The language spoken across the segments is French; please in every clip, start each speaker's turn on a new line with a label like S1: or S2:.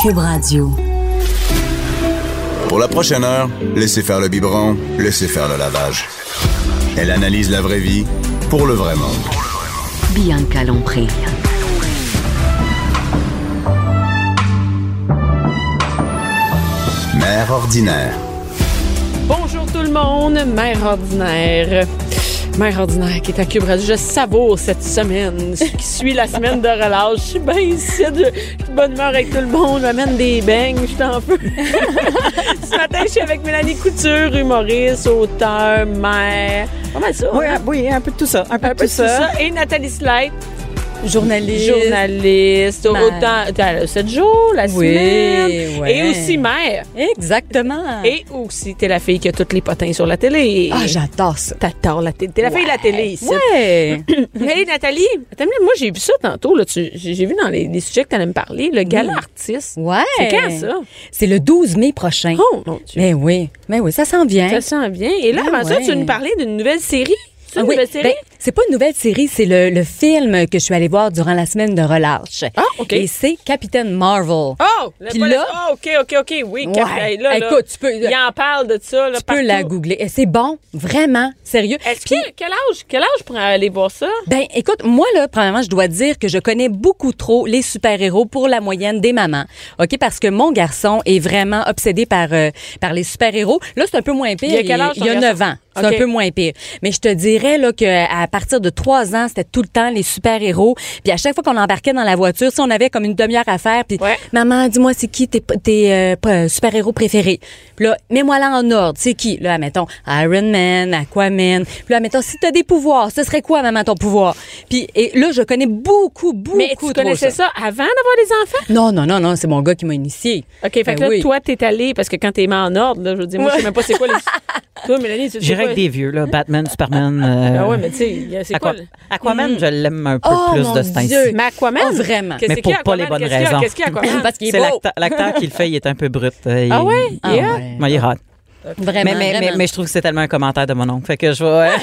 S1: Cube Radio.
S2: Pour la prochaine heure, laissez faire le biberon, laissez faire le lavage. Elle analyse la vraie vie pour le vrai monde.
S1: Bianca Lompré.
S2: Mère ordinaire.
S3: Bonjour tout le monde, mère ordinaire. Mère ordinaire qui est à Cube Radio. Je savoure cette semaine ce qui suit la semaine de relâche. Je suis bien ici, je je suis de bonne humeur avec tout le monde. J'amène des beignes, je suis en feu. ce matin, je suis avec Mélanie Couture, humoriste, auteur, mère. Pas mal ça.
S4: Oui,
S3: hein?
S4: ah, oui, un peu de tout ça. Un peu
S3: Un
S4: de
S3: peu
S4: tout ça.
S3: Et Nathalie Slate,
S5: Journaliste.
S3: journaliste,
S5: Mère.
S3: autant, t'as 7 jours, la
S5: Oui,
S3: semaine.
S5: ouais.
S3: Et aussi mère.
S5: Exactement.
S3: Et aussi, t'es la fille qui a toutes les potins sur la télé.
S5: ah, j'adore ça.
S3: T'adores la télé. T'es la fille de la télé ici.
S5: Ouais.
S3: Hey Nathalie, attends, une minute, moi j'ai vu ça tantôt. Là, tu- j'ai j'ai vu dans les, les sujets que tu allais me parler, le gala artiste.
S5: ouais.
S3: C'est quand ça?
S5: C'est le 12 mai prochain.
S3: Oh mon Dieu.
S5: Mais oui, mais oui, ça s'en vient.
S3: Ça sent bien. Et là,
S5: Ah
S3: avant ça,
S5: ouais.
S3: tu veux nous parler d'une nouvelle série? C'est
S5: Ah
S3: une
S5: oui,
S3: nouvelle série?
S5: ben, c'est pas une nouvelle série, c'est le, le film que je suis allée voir durant la semaine de relâche.
S3: Ah, OK.
S5: Et c'est Capitaine Marvel.
S3: oh! le-
S5: puis
S3: pas
S5: là-
S3: le- oh, OK, OK, OK. Oui,
S5: Ouais.
S3: Cap- hey, là, là,
S5: Écoute, tu peux-
S3: Il en parle de ça. Là,
S5: tu peux la
S3: partout.
S5: googler. Et c'est bon, vraiment, sérieux.
S3: Est-ce
S5: Puis-
S3: que, quel âge, quel âge pour aller voir ça?
S5: Ben, écoute, moi, là, premièrement, je dois dire que je connais beaucoup trop les super-héros pour la moyenne des mamans. OK? Parce que mon garçon est vraiment obsédé par, euh, par les super-héros. Là, c'est un peu moins pire.
S3: Il a quel âge,
S5: Il y a
S3: ton
S5: 9
S3: garçon?
S5: ans. C'est
S3: OK.
S5: un peu moins pire. Mais je te dirais, là, qu'à partir de 3 ans, c'était tout le temps les super-héros. Puis à chaque fois qu'on embarquait dans la voiture, si on avait comme une demi-heure à faire, puis
S3: Ouais.
S5: Maman, dis-moi, c'est qui tes, tes, euh, p- super-héros préférés? Puis là, mets-moi là en ordre. C'est qui? Là, mettons, Iron Man, Aquaman. Puis là, mettons, si t'as des pouvoirs, ce serait quoi, maman, ton pouvoir? Puis et là, je connais beaucoup, beaucoup
S3: Mais tu
S5: trop
S3: connaissais ça. avant d'avoir des enfants?
S5: Non, non, non, non, c'est mon gars qui m'a initié.
S3: OK, fait
S5: Ben
S3: que là,
S5: oui.
S3: toi, t'es allé parce que quand t'es mis en ordre, là, je veux dire, moi, je sais même pas c'est quoi les. toi, Mélanie, tu sais.
S4: J'irai
S3: quoi?
S4: avec des vieux, là. Batman, Superman. euh,
S3: Ah ouais, mais tu sais, c'est
S4: Aqua-
S3: quoi? le-
S4: Aquaman, je l'aime un peu
S5: Oh,
S4: plus
S5: mon
S4: de ce
S5: Dieu.
S4: temps-ci.
S3: Mais Aquaman?
S5: Ah, vraiment.
S3: Qu'est-ce qu'il
S4: Mais pour
S3: y a,
S4: pas
S3: Aquaman?
S4: les bonnes
S3: Qu'est-ce qu'il y a?
S4: raisons.
S3: Qu'est-ce qu'il y a, Aquaman?
S5: Parce qu'il est
S4: C'est
S5: beau.
S4: l'acteur- l'acteur qui le fait, il est un peu brut. euh, il-
S3: Ah ouais?
S5: Ah
S3: Yeah.
S5: ouais.
S4: Ouais, il est hot.
S5: Vraiment,
S4: mais, mais, mais-
S5: vraiment.
S4: mais je trouve que c'est tellement un commentaire de mon oncle. Fait que je vais.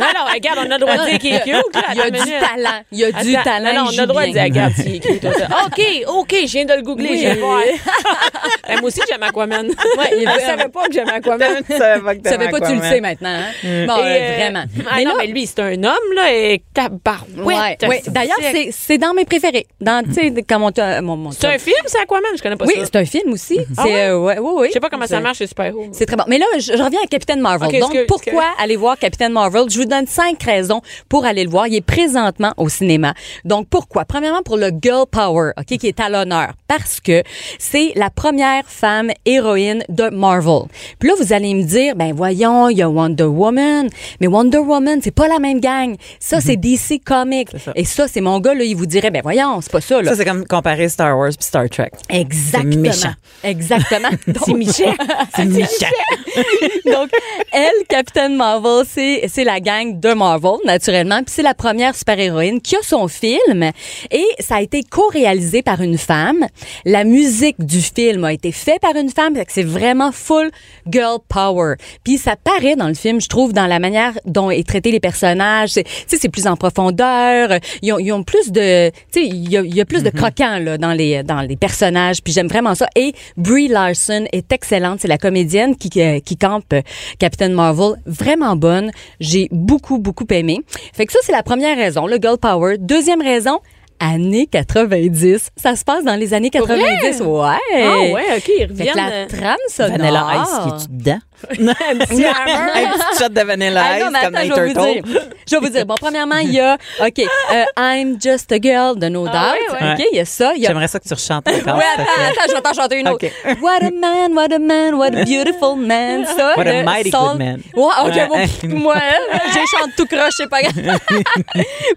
S3: Non, non, regarde, on a le droit de dire qu'il est cute. là.
S5: Il y
S3: Attends
S5: a
S3: une
S5: du
S3: minute.
S5: talent. Il y a du
S3: Attends,
S5: talent.
S3: Non, non,
S5: il
S3: on a le
S5: joue
S3: droit de dire,
S5: bien.
S3: regarde, il est cute. tout ça. OK, OK, je viens de le googler,
S5: Oui.
S3: je vais voir. Ben, moi aussi, j'aime Aquaman.
S5: il est
S3: je
S5: vraiment-
S3: savais pas que j'aimais Aquaman.
S4: Tu savais
S5: Tu savais pas, tu le sais maintenant. Hein? Bon,
S3: Et,
S5: euh,
S3: euh,
S5: vraiment.
S3: Ah non, mais lui, c'est un homme, là, et
S5: Ouais,
S3: tabarouette.
S5: ouais. D'ailleurs, c'est- c'est dans mes préférés. Dans, tu sais, quand mon, mon, mon
S3: C'est un film, c'est Aquaman? Je connais pas
S5: Oui,
S3: ça.
S5: c'est un film aussi.
S3: Ah
S5: C'est,
S3: ouais?
S5: euh, ouais, ouais, ouais.
S3: Je sais pas comment ça
S5: C'est-
S3: marche, les super-héros.
S5: C'est très bon. Mais là, je, je reviens à Captain Marvel.
S3: Ok,
S5: Donc,
S3: excuse-
S5: pourquoi aller voir Captain Marvel? Je vous donne cinq raisons pour aller le voir. Il est présentement au cinéma. Donc, pourquoi? Premièrement, pour le Girl Power, OK, qui est à l'honneur. Parce que c'est la première femme héroïne de Marvel. Puis là, vous allez me dire, ben voyons, il y a Wonder Woman. Mais Wonder Woman, c'est pas la même gang. Ça, c'est DC Comics. Et ça, c'est mon gars, là, il vous dirait, ben voyons, c'est pas ça, là.
S4: Ça, c'est comme comparer Star Wars puis Star Trek.
S5: Exactement.
S4: C'est méchant.
S5: Exactement. Donc-
S3: C'est Michel.
S4: C'est méchant.
S5: Donc, elle, Captain Marvel, c'est c'est la gang de Marvel, naturellement. Puis c'est la première super-héroïne qui a son film. Et ça a été co-réalisé par une femme. La musique du film a été faite par une femme. Fait que C'est vraiment full girl power. Puis ça paraît dans le film, je trouve, dans la manière dont est traité les personnages. C'est- Tu sais, c'est plus en profondeur. Ils ont, ils ont plus de... Tu sais, il y a, il y a
S4: Mm-hmm.
S5: plus de croquants là, dans, les, dans les personnages. Puis j'aime vraiment ça. Et Brie Larson est excellente. C'est la comédienne qui, euh, qui campe euh, Captain Marvel. Vraiment bonne. J'ai beaucoup, beaucoup aimé. Fait que ça, c'est la première raison, le girl power. Deuxième raison, années 90. Ça se passe dans les années 90. Ouais.
S3: Ah ouais, OK, ils
S5: Fait que
S3: reviennent.
S5: la
S3: euh,
S5: trame sonore.
S4: Vanilla Ice qui est dedans.
S6: Un petit hammer.
S4: Un petit shot de vanilla
S5: Ah
S4: ice
S5: non, mais
S4: comme
S5: attends,
S4: les
S5: je vais vous
S4: turtles.
S5: dire. Je vais vous dire. Bon, premièrement, il y a, OK, euh, I'm just a girl de No Doubt.
S6: Ah ouais, ouais.
S5: OK, il y a ça. Il y a
S4: J'aimerais ça que tu rechantes encore.
S5: Ouais,
S4: s'il
S5: attends,
S4: te plaît.
S5: attends, je vais t'en chanter une autre.
S4: OK.
S5: What a man, what a man, what a beautiful man. Ça,
S4: What a
S5: de
S4: mighty good
S5: Salt-
S4: man.
S5: Ouais, OK,
S4: Ouais.
S5: bon, pff, moi, hein, je chante tout croche, c'est pas grave.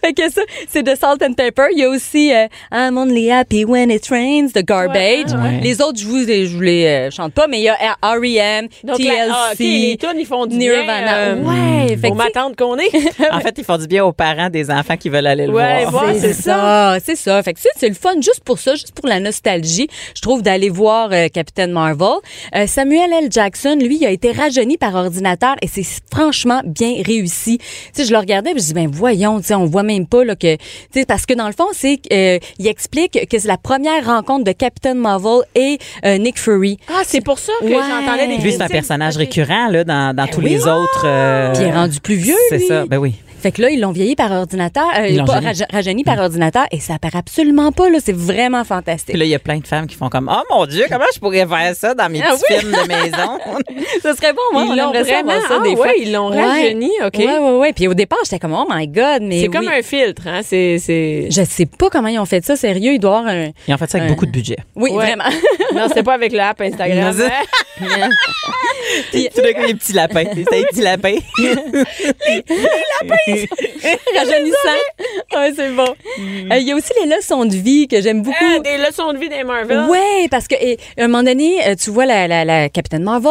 S5: fait que ça, c'est de Salt and Pepper. Il y a aussi euh, I'm only happy when it rains de Garbage.
S4: Ouais, ouais.
S5: Les autres, je vous les, je vous les euh, chante pas, mais il y a euh, E R.E.M.,
S6: Donc,
S5: TLC,
S6: la- ah, ok, les tunes, ils font du bien,
S5: Nirvana.
S6: euh,
S5: ouais, fait
S6: Pour
S5: que tu sais,
S6: m'attendre qu'on est.
S4: En fait, ils font du bien aux parents des enfants qui veulent aller le
S6: Ouais,
S4: voir.
S6: voir. Ah,
S5: c'est
S6: c'est
S5: ça, c'est ça. Fait que tu sais, c'est le fun juste pour ça, juste pour la nostalgie, je trouve d'aller voir euh, Captain Marvel. Euh, Samuel L. Jackson, lui, il a été rajeuni par ordinateur et c'est franchement bien réussi. Tu sais, je le regardais, puis je dis ben voyons, tu sais, on voit même pas là que tu sais parce que dans le fond, c'est euh, il explique que c'est la première rencontre de Captain Marvel et euh, Nick Fury.
S6: Ah, c'est pour ça que
S5: Ouais.
S6: j'entendais des
S4: Lui, c'est un
S6: critiques.
S4: personnage
S6: Ok.
S4: récurrent là, dans, dans tous
S5: Ben oui.
S4: les autres. euh,
S5: Puis il est rendu plus vieux,
S4: C'est
S5: lui.
S4: ça, ben oui.
S5: Fait que là, ils l'ont vieilli par ordinateur, euh,
S4: Ils l'ont
S5: pas,
S4: rajeuni. Mm.
S5: raje- rajeuni par ordinateur, et ça apparaît absolument pas, là. C'est vraiment fantastique.
S4: Puis là, il y a plein de femmes qui font comme Oh mon Dieu, comment je pourrais faire ça dans mes
S5: Ah
S4: petits films de maison?
S5: Ce serait bon, moi, on
S6: Ils l'ont
S5: aimerait ça
S6: vraiment,
S5: avoir ça
S6: ah
S5: des
S6: ouais,
S5: fois.
S6: ils l'ont rajeuni, OK.
S5: Ouais, ouais, ouais. Puis au départ, j'étais comme, oh my God, mais.
S6: C'est
S5: oui.
S6: comme un filtre, hein? C'est. c'est-
S5: Je sais pas comment ils ont fait ça, sérieux. Il doit avoir un.
S4: Ils ont fait ça avec
S5: Ouais.
S4: beaucoup de budget.
S5: Oui,
S6: Ouais.
S5: vraiment.
S6: Non, c'était pas avec l'app Instagram.
S4: Non, c'est-
S6: hein?
S4: Puis, tout d'un coup, les petits lapins. C'est des petits lapins.
S5: Rajeunissant. ouais, c'est bon. Euh, Il y a aussi les leçons de vie que j'aime beaucoup.
S6: Ah, des leçons de vie des Marvel.
S5: Ouais, parce que et, à un moment donné, euh, tu vois la, la, la Capitaine Marvel.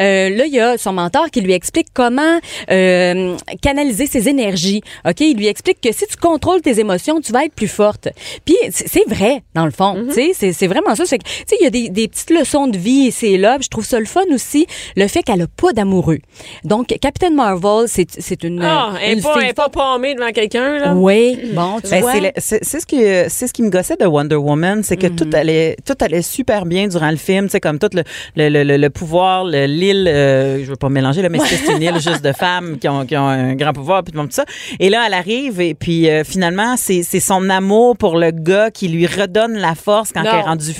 S5: euh, là, il y a son mentor qui lui explique comment euh, canaliser ses énergies. Ok, il lui explique que si tu contrôles tes émotions, tu vas être plus forte. Puis c'est c'est vrai dans le fond.
S6: Mhm.
S5: Tu sais, c'est- c'est vraiment ça. C'est que, Tu sais, il y a des, des petites leçons de vie ici et là. Puis Je trouve ça le fun aussi, le fait qu'elle a pas d'amoureux. Donc Capitaine Marvel, c'est c'est une, euh,
S6: Ah, elle
S5: une
S6: est pas, elle
S5: fille.
S6: est pas pommée devant quelqu'un, là.
S5: Oui, bon, tu
S4: Ben,
S5: vois.
S4: c'est le- c'est c'est ce que c'est ce qui me gossait de Wonder Woman, c'est que
S6: Mm-hmm.
S4: tout allait tout allait super bien durant le film, c'est comme tout le le, le, le- le pouvoir, le- l'île, euh, je veux pas me mélanger là, mais c'est une île juste de femmes qui ont, qui ont un grand pouvoir puis tout le monde, tout ça. Et là elle arrive et puis euh, finalement c'est c'est son amour pour le gars qui lui redonne la force quand
S6: Non.
S4: elle est rendue
S6: Non,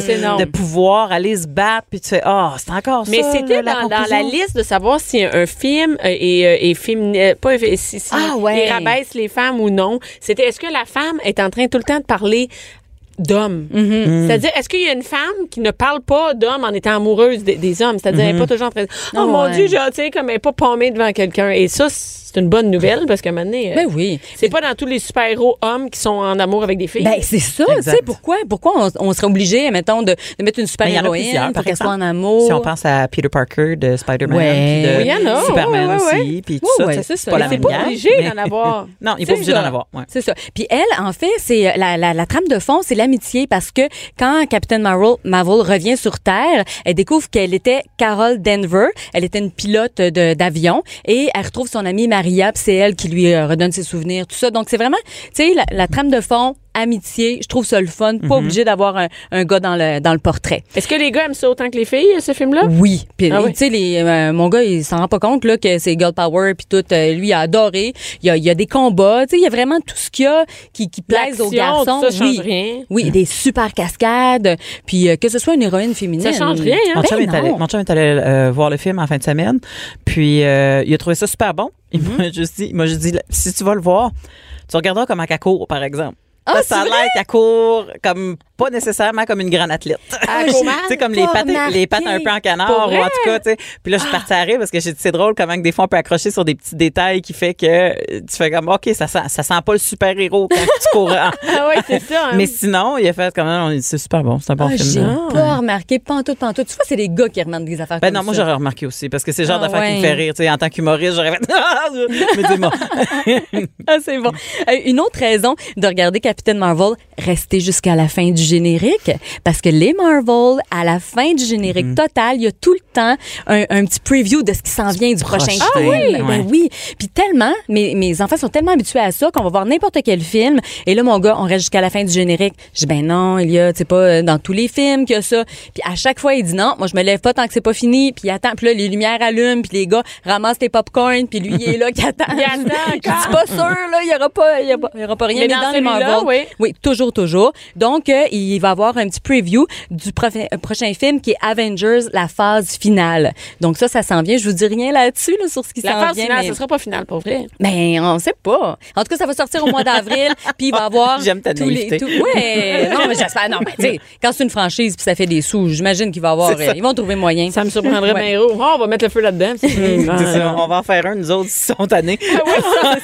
S6: ça, c'est non.
S4: de pouvoir aller se battre puis tu fais ah c'est encore
S6: Mais
S4: ça.
S6: c'était
S4: là,
S6: dans, dans la
S4: conclusion.
S6: liste de savoir si un, un film euh, est, euh, est fémini- euh, pas si, si
S5: Ah, ouais.
S6: il rabaisse les femmes ou non. C'était est-ce que la femme est en train tout le temps de parler d'hommes.
S5: Mm-hmm.
S4: Mm-hmm.
S6: C'est-à-dire, est-ce qu'il y a une femme qui ne parle pas d'hommes en étant amoureuse des, des hommes? C'est-à-dire,
S4: Mm-hmm.
S6: elle n'est pas toujours en train de Oh
S5: Ah,
S6: mon
S5: ouais.
S6: Dieu, j'ai tu sais, comme elle n'est pas pommée devant quelqu'un. Et ça, c'est une bonne nouvelle parce qu'à un moment donné, euh,
S5: Ben oui.
S6: c'est pas dans tous les super-héros hommes qui sont en amour avec des filles.
S5: Ben, c'est ça, tu
S4: Exact.
S5: sais, pourquoi, pourquoi on, on serait obligé, mettons, de, de mettre une super
S4: Ben, il y en a
S5: héroïne
S4: plusieurs,
S5: pour
S4: par
S5: qu'elle soit en
S4: exemple.
S5: amour?
S4: Si on pense à Peter Parker de Spider-Man,
S5: Ouais.
S4: puis de
S5: Oui, il
S6: y en a,
S4: Superman
S6: ouais, ouais, ouais.
S4: aussi, puis tout
S5: Ouais,
S4: ça,
S5: ouais,
S4: tu sais,
S5: c'est
S4: c'est
S5: ça.
S4: pas
S6: Mais
S4: la
S6: c'est
S4: même
S6: pas
S4: gang,
S6: obligé
S4: mais-
S6: d'en avoir.
S4: Non, il n'est
S5: C'est
S4: pas obligé
S5: ça.
S4: d'en avoir. ouais.
S5: C'est ça. Puis elle, en fait, c'est euh, la, la, la trame de fond, c'est l'amitié parce que quand Captain Marvel, Marvel revient sur Terre, elle découvre qu'elle était Carol Denver. Elle était une pilote de- d'avion et elle retrouve son amie Maria, puis c'est elle qui lui euh, redonne ses souvenirs, tout ça. Donc c'est vraiment, tu sais, la, la trame de fond, amitié, je trouve ça le fun,
S4: Mm-hmm.
S5: pas obligé d'avoir un, un gars dans le, dans le portrait.
S6: Est-ce que les gars aiment ça autant que les filles, euh, ce film-là?
S5: Oui, puis
S6: Ah oui.
S5: tu sais les euh, mon gars il s'en rend pas compte là que c'est girl power puis tout euh, lui il a adoré, il y a, il y a des combats, tu sais il y a vraiment tout ce qu'il y a qui, qui plaise aux
S6: L'action,
S5: garçons,
S6: tout ça change
S5: oui.
S6: rien.
S5: Oui, des super cascades, puis euh, que ce soit une héroïne féminine.
S6: Ça change rien, hein?
S4: Mon chum,
S5: Ben
S4: est allé,
S5: non.
S4: mon chum est allé euh, voir le film en fin de semaine, puis euh, il a trouvé ça super bon. Il
S5: Mhm.
S4: m'a juste dit, il m'a juste dit, si tu vas le voir, tu regarderas comment elle court, par exemple.
S5: Ah,
S4: Parce que ça a
S5: c'est
S4: l'air qu'elle court comme pas nécessairement comme une grande athlète.
S6: Ah,
S4: tu
S6: j'ai
S4: sais, comme les
S5: pas
S4: pattes, les pattes un
S5: remarqué.
S4: peu en
S6: Pour
S4: canard, ou
S6: vrai?
S4: en tout cas, tu sais. Puis là, je suis partie à rire parce que j'ai dit, c'est drôle comment que des fois on peut accrocher sur des petits détails qui fait que euh, tu fais comme, OK, ça sent, ça sent pas le super-héros quand tu cours. en-
S6: Ah ouais, c'est ça. hein.
S4: Mais sinon, il a fait comme, Non, non, c'est super bon, c'est un bon
S5: Ah,
S4: film.
S5: j'ai
S4: hein.
S5: pas remarqué pantoute pantoute. Tu vois c'est les gars qui remandent des affaires
S4: Ben
S5: comme
S4: non, moi
S5: ça.
S4: j'aurais remarqué aussi parce que c'est le genre
S5: Ah
S4: d'affaire qui me
S5: ouais.
S4: fait rire. Tu sais, en tant qu'humoriste, j'aurais fait. Ah, Mais dis-moi.
S5: Ah, c'est bon. Euh, une autre raison de regarder Captain Marvel, rester jusqu'à la fin du générique, parce que les Marvel, à la fin du générique total, il y a tout le temps un, un petit preview de ce qui s'en vient du prochain
S4: prochain,
S5: film.
S4: ouais.
S5: Ben oui. Puis tellement, mes, mes enfants sont tellement habitués à ça qu'on va voir n'importe quel film. Et là, mon gars, on reste jusqu'à la fin du générique. Je dis, ben non, il y a, tu sais pas, euh, dans tous les films qu'il y a ça. Puis à chaque fois, il dit non, moi je me lève pas tant que c'est pas fini. Puis il attend. Puis là, les lumières allument. Puis les gars ramassent les popcorn. Puis lui, il est là qui attend.
S6: Il attend,
S5: Je suis pas sûr, là, il y aura pas, il y aura pas- il y aura pas rien.
S6: Mais
S5: Mais
S6: dans
S5: dans les
S6: celui-là,
S5: Marvel,
S6: oui.
S5: oui, toujours, toujours. Donc, euh, il il va avoir un petit preview du profi- euh, prochain film qui est Avengers, la phase finale. Donc ça, ça s'en vient. Je vous dis rien là-dessus, là, sur ce qui s'en
S6: La
S5: vient.
S6: phase finale,
S5: mais-
S6: ce sera pas finale, pour vrai.
S5: ben, on sait pas. En tout cas, ça va sortir au mois d'avril, puis il va y avoir
S4: J'aime ta
S5: tous les
S4: naïveté.
S5: tous- Ouais, non, mais j'espère non, mais tu sais, quand c'est une franchise puis ça fait des sous, j'imagine qu'il va y avoir euh, ils vont trouver moyen.
S6: Ça me surprendrait
S5: Ouais.
S6: bien gros. Oh, on va mettre le feu là-dedans.
S4: C'est ça, on va en faire un, nous autres, si sont tannés.
S5: Ah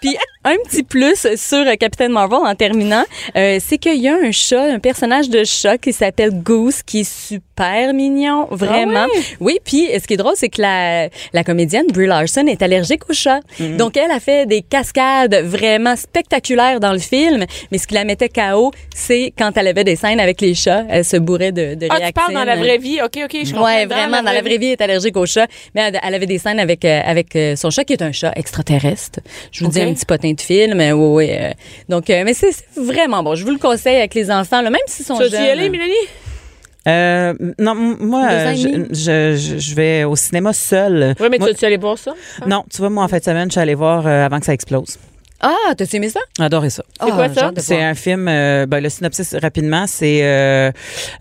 S5: Puis un petit plus sur euh, Captain Marvel en terminant, euh, c'est qu'il y a un chat, un personnage de chat qui s'appelle Goose, qui est super
S6: Ah
S5: mignon, vraiment. Oui, puis euh, ce qui est drôle, c'est que la, la comédienne Brie Larson est allergique aux chats.
S6: Mm-hmm.
S5: Donc elle a fait des cascades vraiment spectaculaires dans le film, mais ce qui la mettait KO, c'est quand elle avait des scènes avec les chats, elle se bourrait de, de
S6: Ah, tu parles dans la
S5: Reactine.
S6: vraie vie. OK, OK, je comprends.
S5: Ouais, vraiment, dans la vraie vie, elle est allergique au chat. Mais elle, elle avait des scènes avec, euh, avec euh, son chat, qui est un chat extraterrestre. Je vous dis
S6: Ok.
S5: un petit potin de film. euh, oui, oui. euh, donc, euh, mais c'est c'est vraiment bon. Je vous le conseille avec les enfants, là, même s'ils sont
S6: Tu vas
S5: jeunes.
S6: y aller, Mélanie?
S4: Euh, non, m- moi,
S5: Deux ans
S4: euh,
S5: et
S4: je,
S5: demi.
S4: je- je- je vais au cinéma seule.
S6: Oui, mais tu
S4: Moi-
S6: vas-tu aller voir ça?
S4: Non, tu vois, moi, en fin de semaine, je suis allée voir euh, avant que ça explose.
S5: Ah, t'as-tu aimé ça? Ah,
S4: Adoré ça.
S5: C'est
S6: quoi ça?
S4: C'est un film, euh, ben, le synopsis rapidement, c'est euh,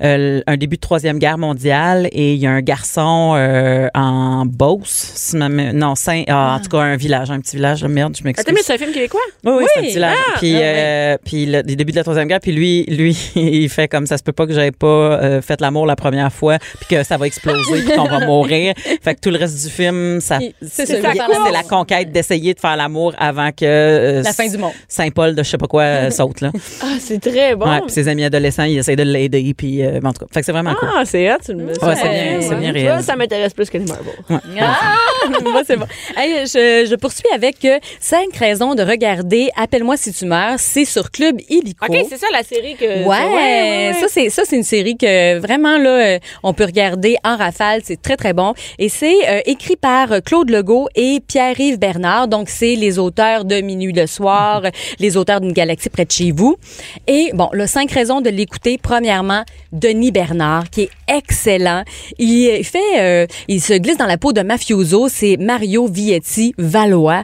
S4: euh, un début de Troisième Guerre mondiale et il y a un garçon euh, en Beauce, si ma mé- non, Saint, ah, en tout cas un village, un petit village, merde, je m'excuse.
S6: Attends, mais c'est un film québécois?
S4: Oui, oui, c'est un
S5: Oui,
S4: petit village.
S6: ah,
S4: puis,
S6: ah,
S4: euh, puis le, les débuts de la troisième guerre, puis lui, lui, il fait comme ça se peut pas que j'avais pas euh, fait l'amour la première fois, puis que ça va exploser, puis qu'on va mourir. Fait que tout le reste du film, ça,
S5: Il-
S4: c'est
S5: c'est celui de faire
S4: c'est la
S5: l'amour.
S4: conquête d'essayer de faire l'amour avant que euh,
S5: La fin du monde.
S4: Saint-Paul de je sais pas quoi euh, saute là.
S6: Ah, c'est très bon.
S4: Ouais, puis ses amis adolescents, ils essayent de l'aider, puis euh, en tout cas, fait que c'est vraiment cool.
S6: ah, c'est hot, tu me
S4: c'est bien- c'est bien réel.
S6: Ça, ça m'intéresse plus que les Marvel.
S5: Ah, Moi, c'est bon. Hey, je, je poursuis avec euh, cinq raisons de regarder Appelle-moi si tu meurs. C'est sur Club Illico.
S6: OK, c'est ça la série que.
S5: Ah, Ouais, ça c'est ça c'est une série que vraiment là euh, on peut regarder en rafale, c'est très très bon et c'est euh, écrit par euh, Claude Legault et Pierre-Yves Bernard. Donc c'est les auteurs de Minuit le soir, euh, les auteurs d'une galaxie près de chez vous. Et bon, le cinq raisons de l'écouter. Premièrement, Denis Bernard qui est excellent. Il euh, fait euh, il se glisse dans la peau de mafioso, c'est Mario Vietti Valois.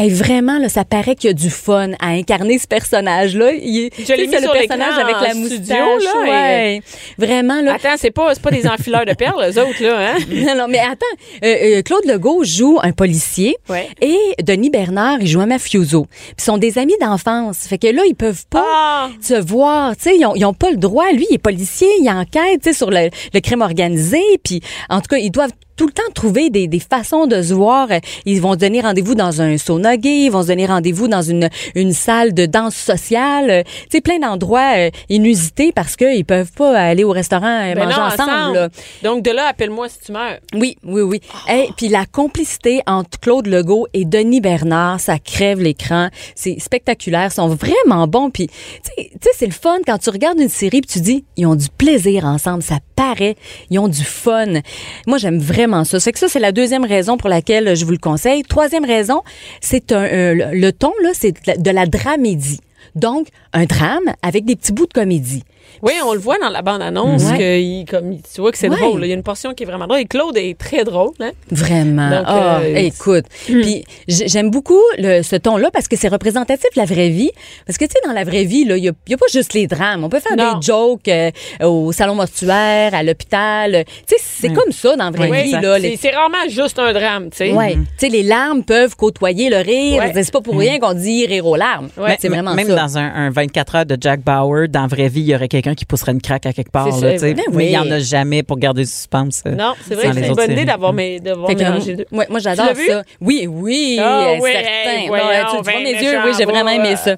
S5: Et vraiment là, ça paraît qu'il y a du fun à incarner ce personnage là, il est-
S6: Je l'ai
S5: tu sais,
S6: mis
S5: c'est
S6: sur
S5: le
S6: l'écran
S5: personnage avec
S6: en
S5: la
S6: studio,
S5: moustache.
S6: là,
S5: ouais. Vraiment, là.
S6: Attends, c'est pas, c'est pas des enfileurs de perles, eux autres, là, hein?
S5: Non, non, mais attends. Euh, euh, Claude Legault joue un policier
S6: Ouais.
S5: et Denis Bernard, il joue un mafioso. Puis Ils sont des amis d'enfance. Fait que là, ils peuvent pas
S6: Ah!
S5: se voir. Tu sais, ils ont, ils ont pas le droit. Lui, il est policier, il enquête, tu sais, sur le, le crime organisé. Puis, en tout cas, ils doivent tout le temps trouver des, des façons de se voir. Ils vont se donner rendez-vous dans un sauna gay, ils vont se donner rendez-vous dans une, une salle de danse sociale. Euh, Tu sais, plein d'endroits euh, inusités parce qu'ils peuvent pas aller au restaurant et
S6: Ben
S5: manger
S6: non,
S5: ensemble. là.
S6: Donc, de là, appelle-moi si tu meurs.
S5: Oui, oui, oui. Et puis la complicité entre Claude Legault et Denis Bernard, ça crève l'écran. C'est spectaculaire. Ils sont vraiment bons. Puis, tu sais- tu sais, c'est le fun quand tu regardes une série puis tu dis, ils ont du plaisir ensemble. Ça paraît. Ils ont du fun. Moi, j'aime vraiment ça. C'est que ça, c'est la deuxième raison pour laquelle je vous le conseille. Troisième raison, c'est un, euh, le- le ton, là, c'est de la- de la dramédie. Donc, un drame avec des petits bouts de comédie.
S6: Oui, on le voit dans la bande-annonce,
S5: Ouais.
S6: que il- comme, il- tu vois que c'est
S5: Ouais.
S6: drôle. là. Il y a une portion qui est vraiment drôle. Et Claude est très drôle. Hein?
S5: Vraiment.
S6: Donc,
S5: Ah,
S6: euh,
S5: écoute. Puis j'ai- j'aime beaucoup le- ce ton-là parce que c'est représentatif de la vraie vie. Parce que tu sais, dans la vraie vie, là, il n'y a, il y a pas juste les drames. On peut faire
S6: Non.
S5: des jokes euh, au salon mortuaire, à l'hôpital. Tu sais, c'est
S4: Oui.
S5: comme ça dans la vraie
S4: Oui,
S5: vie.
S4: exact.
S5: Là,
S6: C'est
S5: les...
S6: c'est rarement juste un drame, tu sais.
S4: Mm-hmm.
S5: Ouais. Tu sais, les larmes peuvent côtoyer le rire.
S6: Ouais.
S5: Je veux dire, C'est pas pour rien qu'on dit rire aux larmes.
S6: Ouais.
S5: c'est
S4: Mais-
S5: vraiment
S4: même
S5: ça.
S4: dans un, un 24 heures de Jack Bauer, dans la vraie vie, il y aurait quelqu'un qui pousserait une craque à quelque part.
S6: C'est
S4: là,
S6: ça,
S4: tu sais.
S5: ben
S4: Mais il n'y en
S5: oui.
S4: a jamais pour garder du suspense. euh,
S6: Non, c'est vrai
S4: dans
S6: que
S4: les
S6: c'est une
S4: autres
S6: bonne idée
S4: séries.
S6: d'avoir mé- d'avoir
S5: Fait que,
S6: mélangé les deux.
S5: ouais, moi, j'adore
S6: Tu l'as vu?
S5: ça. Oui, oui,
S6: Ah,
S5: euh,
S6: oui,
S5: certain.
S6: hey,
S5: Bon, ouais,
S6: voyons,
S5: tu-
S6: ben
S5: tu vois mes
S6: méchant,
S5: yeux, oui, j'ai
S6: bon,
S5: vraiment aimé ça.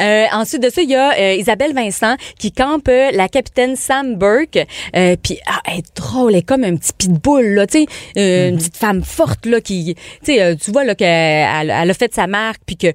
S5: Euh, ensuite de ça, il y a euh, Isabelle Vincent qui campe euh, la capitaine Sam Burke. Euh, Puis, ah, elle est drôle, elle est comme un petit pitbull, là, tu sais, euh, une petite femme forte, là, qui, tu sais, euh, tu vois, là, qu'elle elle, elle a fait sa marque, puis que euh,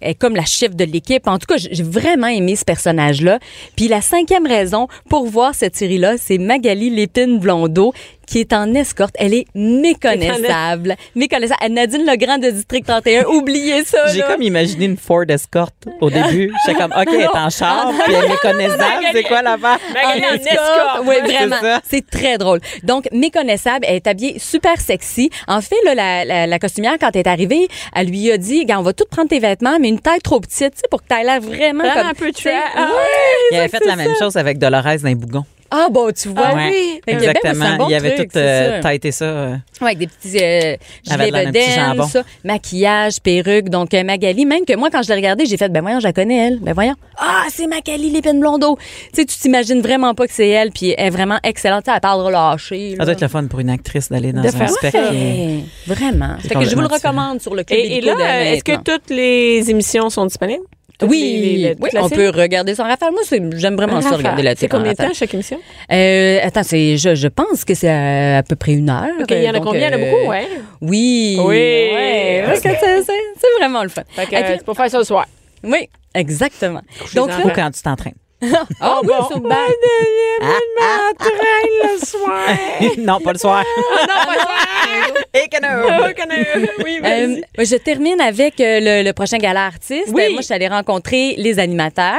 S5: elle est comme la chef de l'équipe. En tout cas, j'ai j'ai vraiment aimé ce personnage-là. Puis la cinquième raison pour voir cette série-là, c'est Magali Lépine Blondeau qui est en escorte. Elle est méconnaissable. Méconnaissable. À Nadine Legrand de District 31, oubliez ça.
S4: J'ai
S5: là.
S4: comme imaginé une Ford Escort au début. J'étais comme, OK, elle est en char,
S5: Ah,
S4: puis elle est méconnaissable. C'est quoi la Ah, part?
S6: Magali en escorte.
S5: Oui,
S4: C'est
S5: vraiment.
S4: ça.
S5: C'est très drôle. Donc, méconnaissable, elle est habillée super sexy. En fait, là, la, la- la costumière, quand elle est arrivée, elle lui a dit, Gars, on va tout prendre tes vêtements, mais une taille trop petite, tu sais, pour que tu aies l'air vraiment
S6: Vraiment
S5: comme...
S6: un peu
S4: Ah.
S5: tu sais,
S6: trash.
S5: ouais,
S4: Il avait fait la même chose avec Dolores d'un bougon.
S5: Ah, bon, tu vois.
S4: Ouais,
S5: oui. Fait que, ben, ben, c'est
S4: Exactement.
S5: un bon
S4: il avait
S5: truc,
S4: tout
S5: c'est
S4: euh,
S5: ça.
S4: têté ça. euh.
S5: Ouais, avec des petits euh,
S4: avait
S5: gilets
S4: de l'air d'un petit
S5: bedaines,
S4: jambon.
S5: ça, maquillage, perruque. Donc, euh, Magali, même que moi, quand je l'ai regardée, j'ai fait, ben voyons, je la connais, elle. Ben voyons. Ah, c'est Magali Lépine Blondeau. Tu sais, tu t'imagines vraiment pas que c'est elle, puis elle est vraiment excellente. Tu sais, elle parle relâchée.
S4: Ça
S5: là.
S4: doit être le fun pour une actrice d'aller dans
S6: De
S4: un
S6: faire
S4: spectacle.
S6: ça.
S4: et-
S5: Ouais, Vraiment. Fait que je
S4: complètement
S5: vous le
S4: différent.
S5: recommande sur le club.
S3: Et, et
S5: illico
S3: là,
S5: de
S3: euh, est-ce que
S5: maintenant.
S3: toutes les émissions sont disponibles? Toutes les- les-
S5: Oui,
S3: les-
S5: oui,
S3: toute la
S5: on
S3: série?
S5: peut regarder sans rafale. Moi, c'est- j'aime vraiment ça,
S3: Raphaël,
S5: regarder la
S3: C'est
S5: télé. en
S3: combien de
S5: rafale.
S3: temps chaque émission?
S5: Euh, attends, c'est, je, je pense que c'est à, à peu près une heure.
S3: OK, il y en a
S5: Donc,
S3: combien? Il y en a
S5: euh,
S3: beaucoup, hein. ouais.
S5: Oui.
S3: Oui.
S5: ouais, parce que c'est, c'est- c'est vraiment le fun.
S3: Fait que,
S5: Et puis-
S3: euh, tu peux faire ça le soir.
S5: oui, exactement.
S3: Coucher
S5: Donc,
S3: dans
S5: là,
S4: Ou quand tu t'entraînes.
S5: ah oui,
S3: bon.
S5: c'est au bac. Ah,
S3: Traîne le soir.
S4: non, pas le soir.
S5: Ah,
S4: Et canard.
S3: Ah, connard. Oui,
S5: Euh,
S3: vas-y.
S5: je termine avec euh, le, le prochain gala artiste.
S3: Oui.
S5: Euh, Moi, je suis allée rencontrer les animateurs.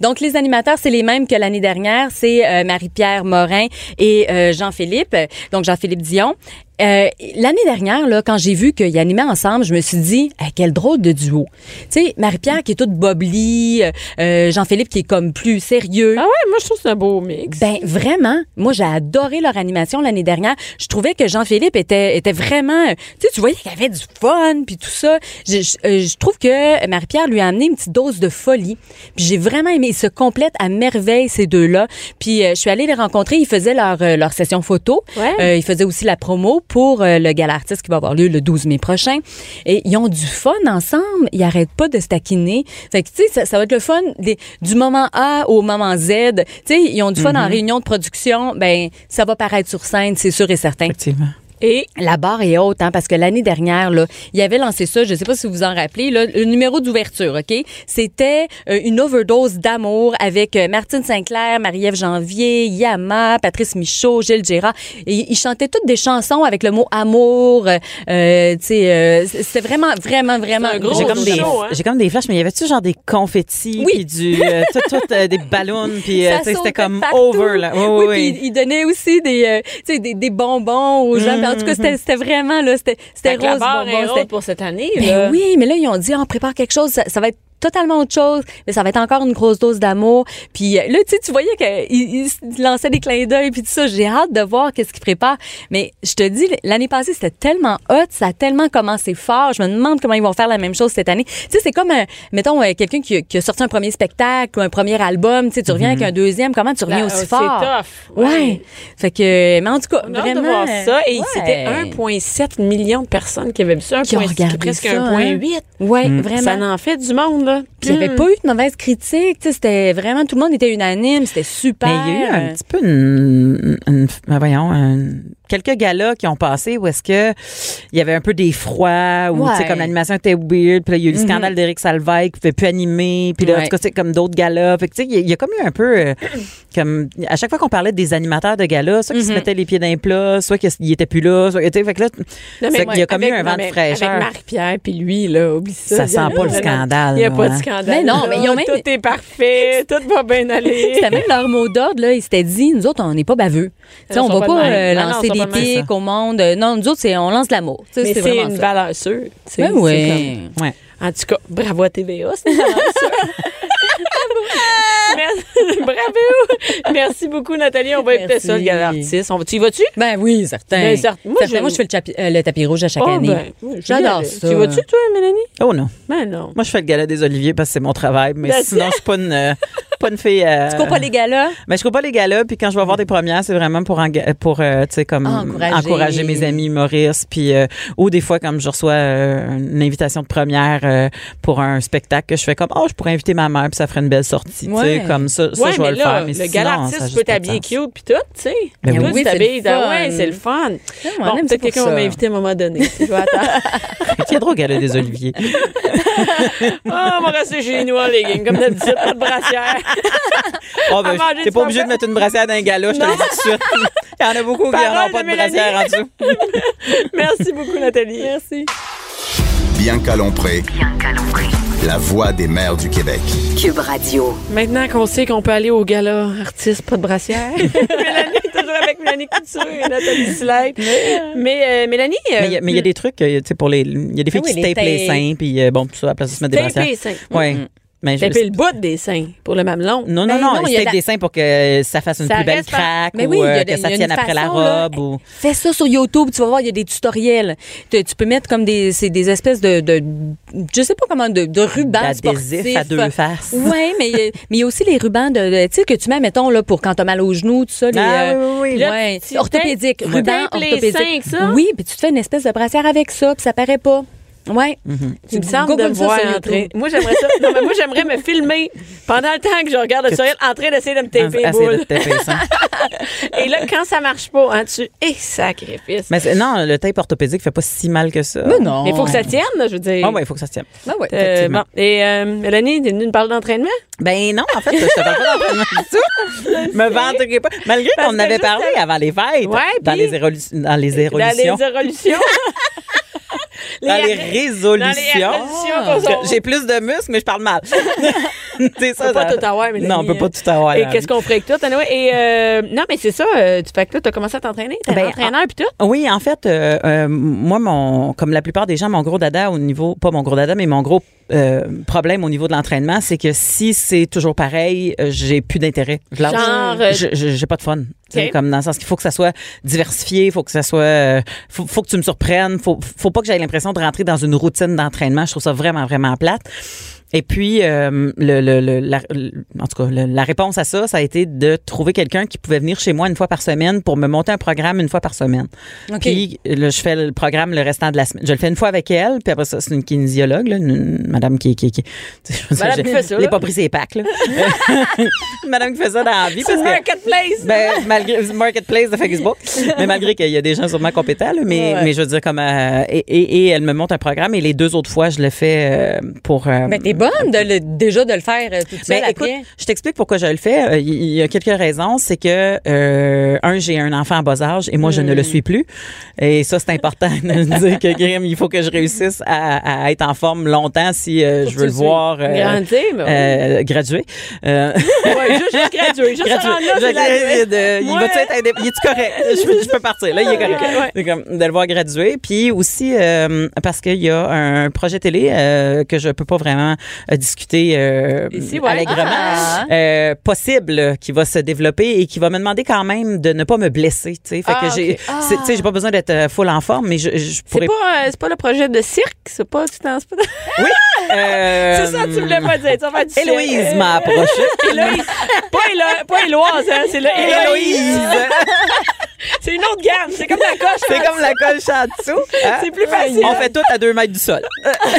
S5: Donc, les animateurs, c'est les mêmes que l'année dernière. C'est euh, Marie-Pierre Morin et euh, Jean-Philippe. Donc, Jean-Philippe Dion. Euh, l'année dernière, là, quand j'ai vu qu'ils animaient ensemble, je me suis dit, Hey, quel drôle de duo. Tu sais, Marie-Pierre qui est toute boblie, euh, euh, Jean-Philippe qui est comme plus sérieux.
S3: Ah ouais, moi, je trouve que c'est un beau mix.
S5: Ben vraiment, moi j'ai adoré leur animation l'année dernière. Je trouvais que Jean-Philippe était était vraiment, euh, tu sais, tu voyais qu'il avait du fun puis tout ça. Je, je- euh, je trouve que Marie-Pierre lui a amené une petite dose de folie. Puis j'ai vraiment aimé. Ils se complètent à merveille ces deux-là. Puis euh, je suis allée les rencontrer. Ils faisaient leur euh, leur session photo.
S3: Ouais.
S5: Euh, ils faisaient aussi la promo pour euh, le gala artiste qui va avoir lieu le 12 mai prochain. Et ils ont du fun ensemble. Ils arrêtent pas de se taquiner. Fait que, tu sais, ça, ça va être le fun des- du moment A au moment Z. Tu sais, ils ont du fun en réunion de production. Ben, ça va paraître sur scène, c'est sûr et certain.
S4: Effectivement.
S3: Et
S5: La barre est haute, hein, parce que l'année dernière, là, il avait lancé ça, je ne sais pas si vous vous en rappelez, là, le numéro d'ouverture, OK? C'était euh, une overdose d'amour avec euh, Martine Sinclair, Marie-Ève Janvier, Yama, Patrice Michaud, Gilles Gérard. Et ils chantaient toutes des chansons avec le mot amour. euh, euh, tu sais, euh, c'était vraiment, vraiment, vraiment...
S3: C'est un gros
S4: J'ai comme, des,
S3: show, hein?
S4: j'ai comme des flashs, mais y avait-tu genre des confettis,
S5: Oui.
S4: puis du, euh, tout, tout, euh, des ballons, puis euh,
S5: Ça
S4: tu sais,
S5: sautait
S4: c'était comme
S5: partout.
S4: over. Là. Oui, oui, oui.
S5: puis il, il donnait aussi des, euh, tu sais, des, des bonbons aux gens. Puis en tout
S4: Mm-hmm.
S5: cas, c'était c'était vraiment, là, c'était c'était
S3: Fait que la
S5: rose
S3: barre
S5: bonbon.
S3: est
S5: c'était-
S3: haute pour cette année. là.
S5: Ben oui, mais là, ils ont dit, Ah, on prépare quelque chose, ça, ça va être totalement autre chose, mais ça va être encore une grosse dose d'amour. Puis euh, là, tu sais, tu voyais qu'ils lançaient des clins d'œil, puis tout ça. J'ai hâte de voir qu'est-ce qu'ils préparent. Mais je te dis, l'année passée, c'était tellement hot, ça a tellement commencé fort. Je me demande comment ils vont faire la même chose cette année. Tu sais, c'est comme, un- mettons, euh, quelqu'un qui, a- qui a sorti un premier spectacle ou un premier album, tu sais, tu reviens avec un deuxième, comment tu reviens
S3: Là,
S5: aussi
S3: euh,
S5: fort?
S3: Mm-hmm. C'est tough.
S5: Ouais. Fait que, mais en tout cas,
S3: On a hâte
S5: vraiment.
S3: de voir ça. Et
S5: ouais.
S3: c'était 1,7 million de personnes qui avaient vu ça.
S5: Qui ont
S3: 1,6,
S5: regardé
S3: presque
S5: ça,
S3: 1,8.
S5: Ouais, vraiment.
S3: Ça en fait du monde, là.
S5: Puis il n'y avait
S3: Hmm.
S5: pas eu de mauvaise critique. tu sais, C'était vraiment, tout le monde était unanime. C'était super. Euh,
S4: Mais il y a eu un petit peu une, une- ben voyons, un- quelques galas qui ont passé où est-ce que il y avait un peu des froids ou tu sais
S5: Ouais. Mhm.
S4: comme l'animation était weird puis là, il y a eu le scandale d'Éric Salveille qui ne pouvait plus animer puis là en
S5: Ouais.
S4: tout cas c'est comme d'autres galas fait que, tu sais il y a- il y, a comme eu un peu euh, comme à chaque fois qu'on parlait des animateurs de galas soit qui
S5: Mhm.
S4: se mettaient les pieds dans les plats soit qu'ils étaient plus là soit tu sais, fait que là
S3: Non, mais
S4: c'est qu'il y a comme
S3: avec-
S4: eu un
S3: non,
S4: vent de
S3: mais
S4: fraîcheur
S3: Avec Marie-Pierre puis lui, là, oublie ça.
S4: Ça
S3: Il y en
S4: sent
S3: a,
S4: pas le
S3: là, non.
S4: scandale,
S3: Il n'y a
S4: là,
S3: pas
S4: hein.
S3: de scandale.
S5: Mais non, mais ils
S3: là.
S5: ont même-
S3: Tout est parfait. Tout va bien aller.
S5: C'était même leur mot d'ordre, là, ils s'étaient dit, nous autres, on n'est pas baveux. Tu sais,
S3: Non,
S5: on
S3: ils
S5: va
S3: sont
S5: pas,
S3: pas de
S5: euh,
S3: même. Ah non,
S5: lancer
S3: ils sont
S5: des
S3: pas de même,
S5: pics au monde. Euh, Non, nous autres, c'est, on lance de l'amour. Tu sais,
S3: Mais
S5: C'est
S3: c'est
S5: vraiment
S3: une
S5: ça.
S3: valeur sûre. tu sais,
S5: Ben
S3: c'est
S5: ouais.
S4: Ouais.
S3: comme- En tout cas, bravo à TVA, c'est une valeur sûre. Merci- Bravo! Merci beaucoup, Nathalie. On va éviter
S5: Merci.
S3: ça, le gars artiste. On va- Tu y vas-tu?
S5: Ben oui, certain.
S3: Ben, certain. Moi,
S5: Certain.
S3: je-
S5: Moi, je fais le, chapi- euh, le tapis rouge à chaque
S3: Ah,
S5: année.
S3: ben, oui, je
S5: J'adore
S3: vais.
S5: ça.
S3: Tu y vas-tu, toi, Mélanie?
S4: oh non
S3: Ben non.
S4: moi je fais le gala des oliviers parce que c'est mon travail mais
S3: Ben,
S4: sinon je suis pas une euh, pas une fille euh,
S5: Tu cours pas les gars-là?
S4: Mais Ben, je trouve pas les galas, puis quand je vais voir des premières, c'est vraiment pour enga- pour euh, tu sais comme
S5: Encourager.
S4: encourager mes amis humoristes, puis euh, ou des fois comme je reçois euh, une invitation de première euh, pour un spectacle que je fais comme oh je pourrais inviter ma mère puis ça ferait une belle sortie, tu
S5: Ouais.
S4: sais comme ça, ça
S3: ouais,
S4: je vais
S3: mais
S4: le
S3: là,
S4: faire.
S3: le
S4: Mais
S3: galartiste,
S4: sinon, ça a
S3: tu
S4: juste
S3: peux
S4: pas de
S3: t'habiller
S4: sens.
S3: cute puis tout, tu sais.
S4: Ben
S3: Toi,
S4: oui.
S5: Oui,
S3: tu t'habilles,
S5: c'est le
S3: ah,
S5: fun.
S3: ouais, c'est le fun.
S5: on
S3: bon, peut-être
S5: aime ça pour
S3: quelqu'un
S5: ça.
S3: va m'inviter à un moment donné. Je vais attendre.
S4: Qui est drôle au gala des oliviers.
S3: Ah, on va rester chez nous, les gangs, comme d'habitude, pas de brassière.
S4: Oh ben
S3: À manger
S4: t'es
S3: du
S4: pas obligé de
S3: pamplemousse.
S4: mettre une brassière dans un gala, je te le dis tout de suite. Il y en a beaucoup qui n'en
S3: Parole
S4: ont pas
S3: de
S4: de brassière en dessous.
S3: Merci beaucoup, Nathalie. Merci.
S2: Bianca Lompré,
S1: Bianca Lompré.
S2: la voix des mères du Québec.
S1: Cube Radio.
S3: Maintenant qu'on sait qu'on peut aller au gala artiste pas de brassière, Mélanie, toujours avec Mélanie Couture et Nathalie Slide. Mais euh, Mélanie, euh,
S4: Mais il y a- mais il y a des trucs, euh, tu sais, pour les. Il y a des filles
S5: Ah oui,
S4: qui se
S5: les
S4: tapent les
S5: tapes.
S4: seins, puis euh, bon, tout ça, à la place de se mettre des
S3: Taper
S4: brassières.
S3: les seins.
S4: Oui. Mais je- Mm.
S3: Taper le bout des seins pour le mamelon.
S4: Non, non,
S5: Ben
S4: non,
S5: non, il y a
S4: c'était
S5: la-
S4: des seins pour que ça fasse une
S3: Ça
S4: plus belle
S3: reste par-
S4: craque
S5: Mais
S4: ou
S5: oui, il y a
S4: euh,
S5: des-
S4: que
S5: il
S4: ça
S5: y a une
S4: tienne après la
S5: façon, là.
S4: robe. ou...
S5: Fais ça sur YouTube, tu vas voir, il y a des tutoriels. Tu, tu peux mettre comme des, c'est des espèces de, de, je sais pas comment, de, de rubans
S4: D'adhésif
S5: sportifs.
S4: à deux faces.
S5: Oui, mais il y a- mais il y a aussi les rubans de, de- tu sais, que tu mets, mettons, là, pour quand t'as mal aux genoux, tout ça. Les,
S4: Ah,
S5: euh,
S4: oui, oui, oui.
S5: ouais,
S3: tu
S5: orthopédique,
S3: tapes- tu
S5: ruban
S3: tapes les
S5: orthopédique.
S3: seins avec ça?
S5: Oui, puis tu te fais une espèce de brassière avec ça, puis ça paraît pas. Oui.
S4: Mm-hmm.
S3: Tu me sembles de me voir entrer. Moi, j'aimerais ça. Non, mais moi, j'aimerais me filmer pendant le temps que je regarde le tutoriel en train d'essayer de me taper les
S4: Ah, c'est de
S3: boules.
S4: taper ça.
S3: Et là, quand ça marche pas, hein, tu es sacrifice.
S4: Mais c'est- non, le tape orthopédique fait pas si mal que ça.
S5: Mais non.
S3: Mais il faut que ça tienne, là, je veux dire.
S4: Ah ouais, il faut que ça se tienne.
S5: Ah ouais.
S3: Euh,
S4: effectivement.
S3: bon. Et euh, Mélanie, t'es venue nous parler d'entraînement?
S4: Ben non, en fait, je te parle pas d'entraînement du tout. me vanterai pas. Malgré
S3: Parce
S4: qu'on en
S3: que
S4: avait
S3: juste
S4: parlé avant les fêtes,
S3: Ouais,
S4: dans,
S3: puis-
S4: les érolu- dans les
S3: Dans les
S4: évolutions,
S3: évolutions.
S4: dans les
S3: Dans les
S4: résolutions.
S3: résolutions
S4: Parce
S3: qu'on-
S4: que J'ai plus de muscles, mais je parle mal. c'est
S3: On peut
S4: ça.
S3: pas
S4: ça-
S3: tout avoir, Mélanie.
S4: Non, on peut pas tout avoir.
S3: euh, Et
S4: là.
S3: qu'est-ce qu'on ferait avec toi, Tanoé? Et euh, non, mais c'est ça. euh, tu fais que là, t'as commencé à t'entraîner. T'es
S4: Ben,
S3: entraîneur puis tout.
S4: Oui, en fait, euh, euh, moi, mon, comme la plupart des gens, mon gros dada au niveau, pas mon gros dada, mais mon gros euh, problème au niveau de l'entraînement, c'est que si c'est toujours pareil, euh, j'ai plus d'intérêt. Je lâche.
S3: Genre, euh,
S4: Je- je- j'ai pas de fun. Tu sais,
S3: Ok.
S4: Comme dans le sens qu'il faut que ça soit diversifié, il faut que ça soit, euh, faut, faut que tu me surprennes, faut, faut pas que j'aie l'impression de rentrer dans une routine d'entraînement. Je trouve ça vraiment, vraiment plate. Et puis, euh, le, le- le- la, le- en tout cas, le- la réponse à ça, ça a été de trouver quelqu'un qui pouvait venir chez moi une fois par semaine pour me monter un programme une fois par semaine.
S5: OK.
S4: Puis, là, je fais le programme le restant de la semaine. Je le fais une fois avec elle, puis après ça, c'est une kinésiologue, là, une, une madame qui... qui, qui tu sais, je veux dire,
S3: Madame qui
S4: j'ai-
S3: fait ça,
S4: j'ai
S3: là.
S4: pas pris ses packs, là. Une madame qui fait ça dans la vie. parce que-
S3: Marketplace.
S4: ben, malgré marketplace de Facebook, mais malgré qu'il y a des gens sûrement compétents, là, mais, mais je veux dire comme euh, et, et- et elle me monte un programme et les deux autres fois je le fais euh, pour. euh,
S5: Mais Ben, t'es bonne de le- déjà de le faire euh, toute seule
S4: ben, écoute,
S5: après.
S4: je t'explique pourquoi je le fais. Euh, Il il y, a quelques raisons. C'est que, euh, un, j'ai un enfant en bas âge et moi, je ne le suis plus. Et ça, c'est important de me dire que, Grim, il faut que je réussisse à, à être en forme longtemps si euh, je veux le voir euh,
S3: Grandir, mais
S4: euh, graduer. Euh,
S3: Ouais, juste, juste graduer. Juste
S4: Gratuit.
S3: rendre Ah là,
S4: Je-
S3: c'est la-
S4: de- Il
S3: Moi-
S4: va-tu être indép- il est-tu correct? Je peux, je peux partir. Là, il est correct. C'est comme de le voir graduer. Puis aussi, euh, parce qu'il y a un projet télé euh, que je peux pas vraiment euh, discuter euh,
S3: Ici, ouais.
S4: allègrement.
S5: Ah.
S4: euh, possible euh, qui va se développer et qui va me demander quand même de ne pas me blesser. tu sais. Fait
S3: Ah,
S4: que j'ai, c'est- tu sais, j'ai pas besoin d'être euh, full en forme, mais je, je
S3: C'est
S4: pourrais.
S3: pas, euh, c'est pas le projet de cirque, c'est pas. C'est dans- c'est pas dans-
S4: Oui. euh,
S3: C'est ça, tu voulais pas dire. Tu vas faire du cirque. Euh,
S4: Héloïse m'a approché.
S3: Héloïse. Pas, Hélo- pas Héloise, hein, c'est le Héloïse.
S4: Héloïse.
S3: C'est une autre gamme, c'est comme la coche.
S4: C'est comme la coche en dessous. hein?
S3: C'est plus facile.
S4: On fait tout à deux mètres du sol.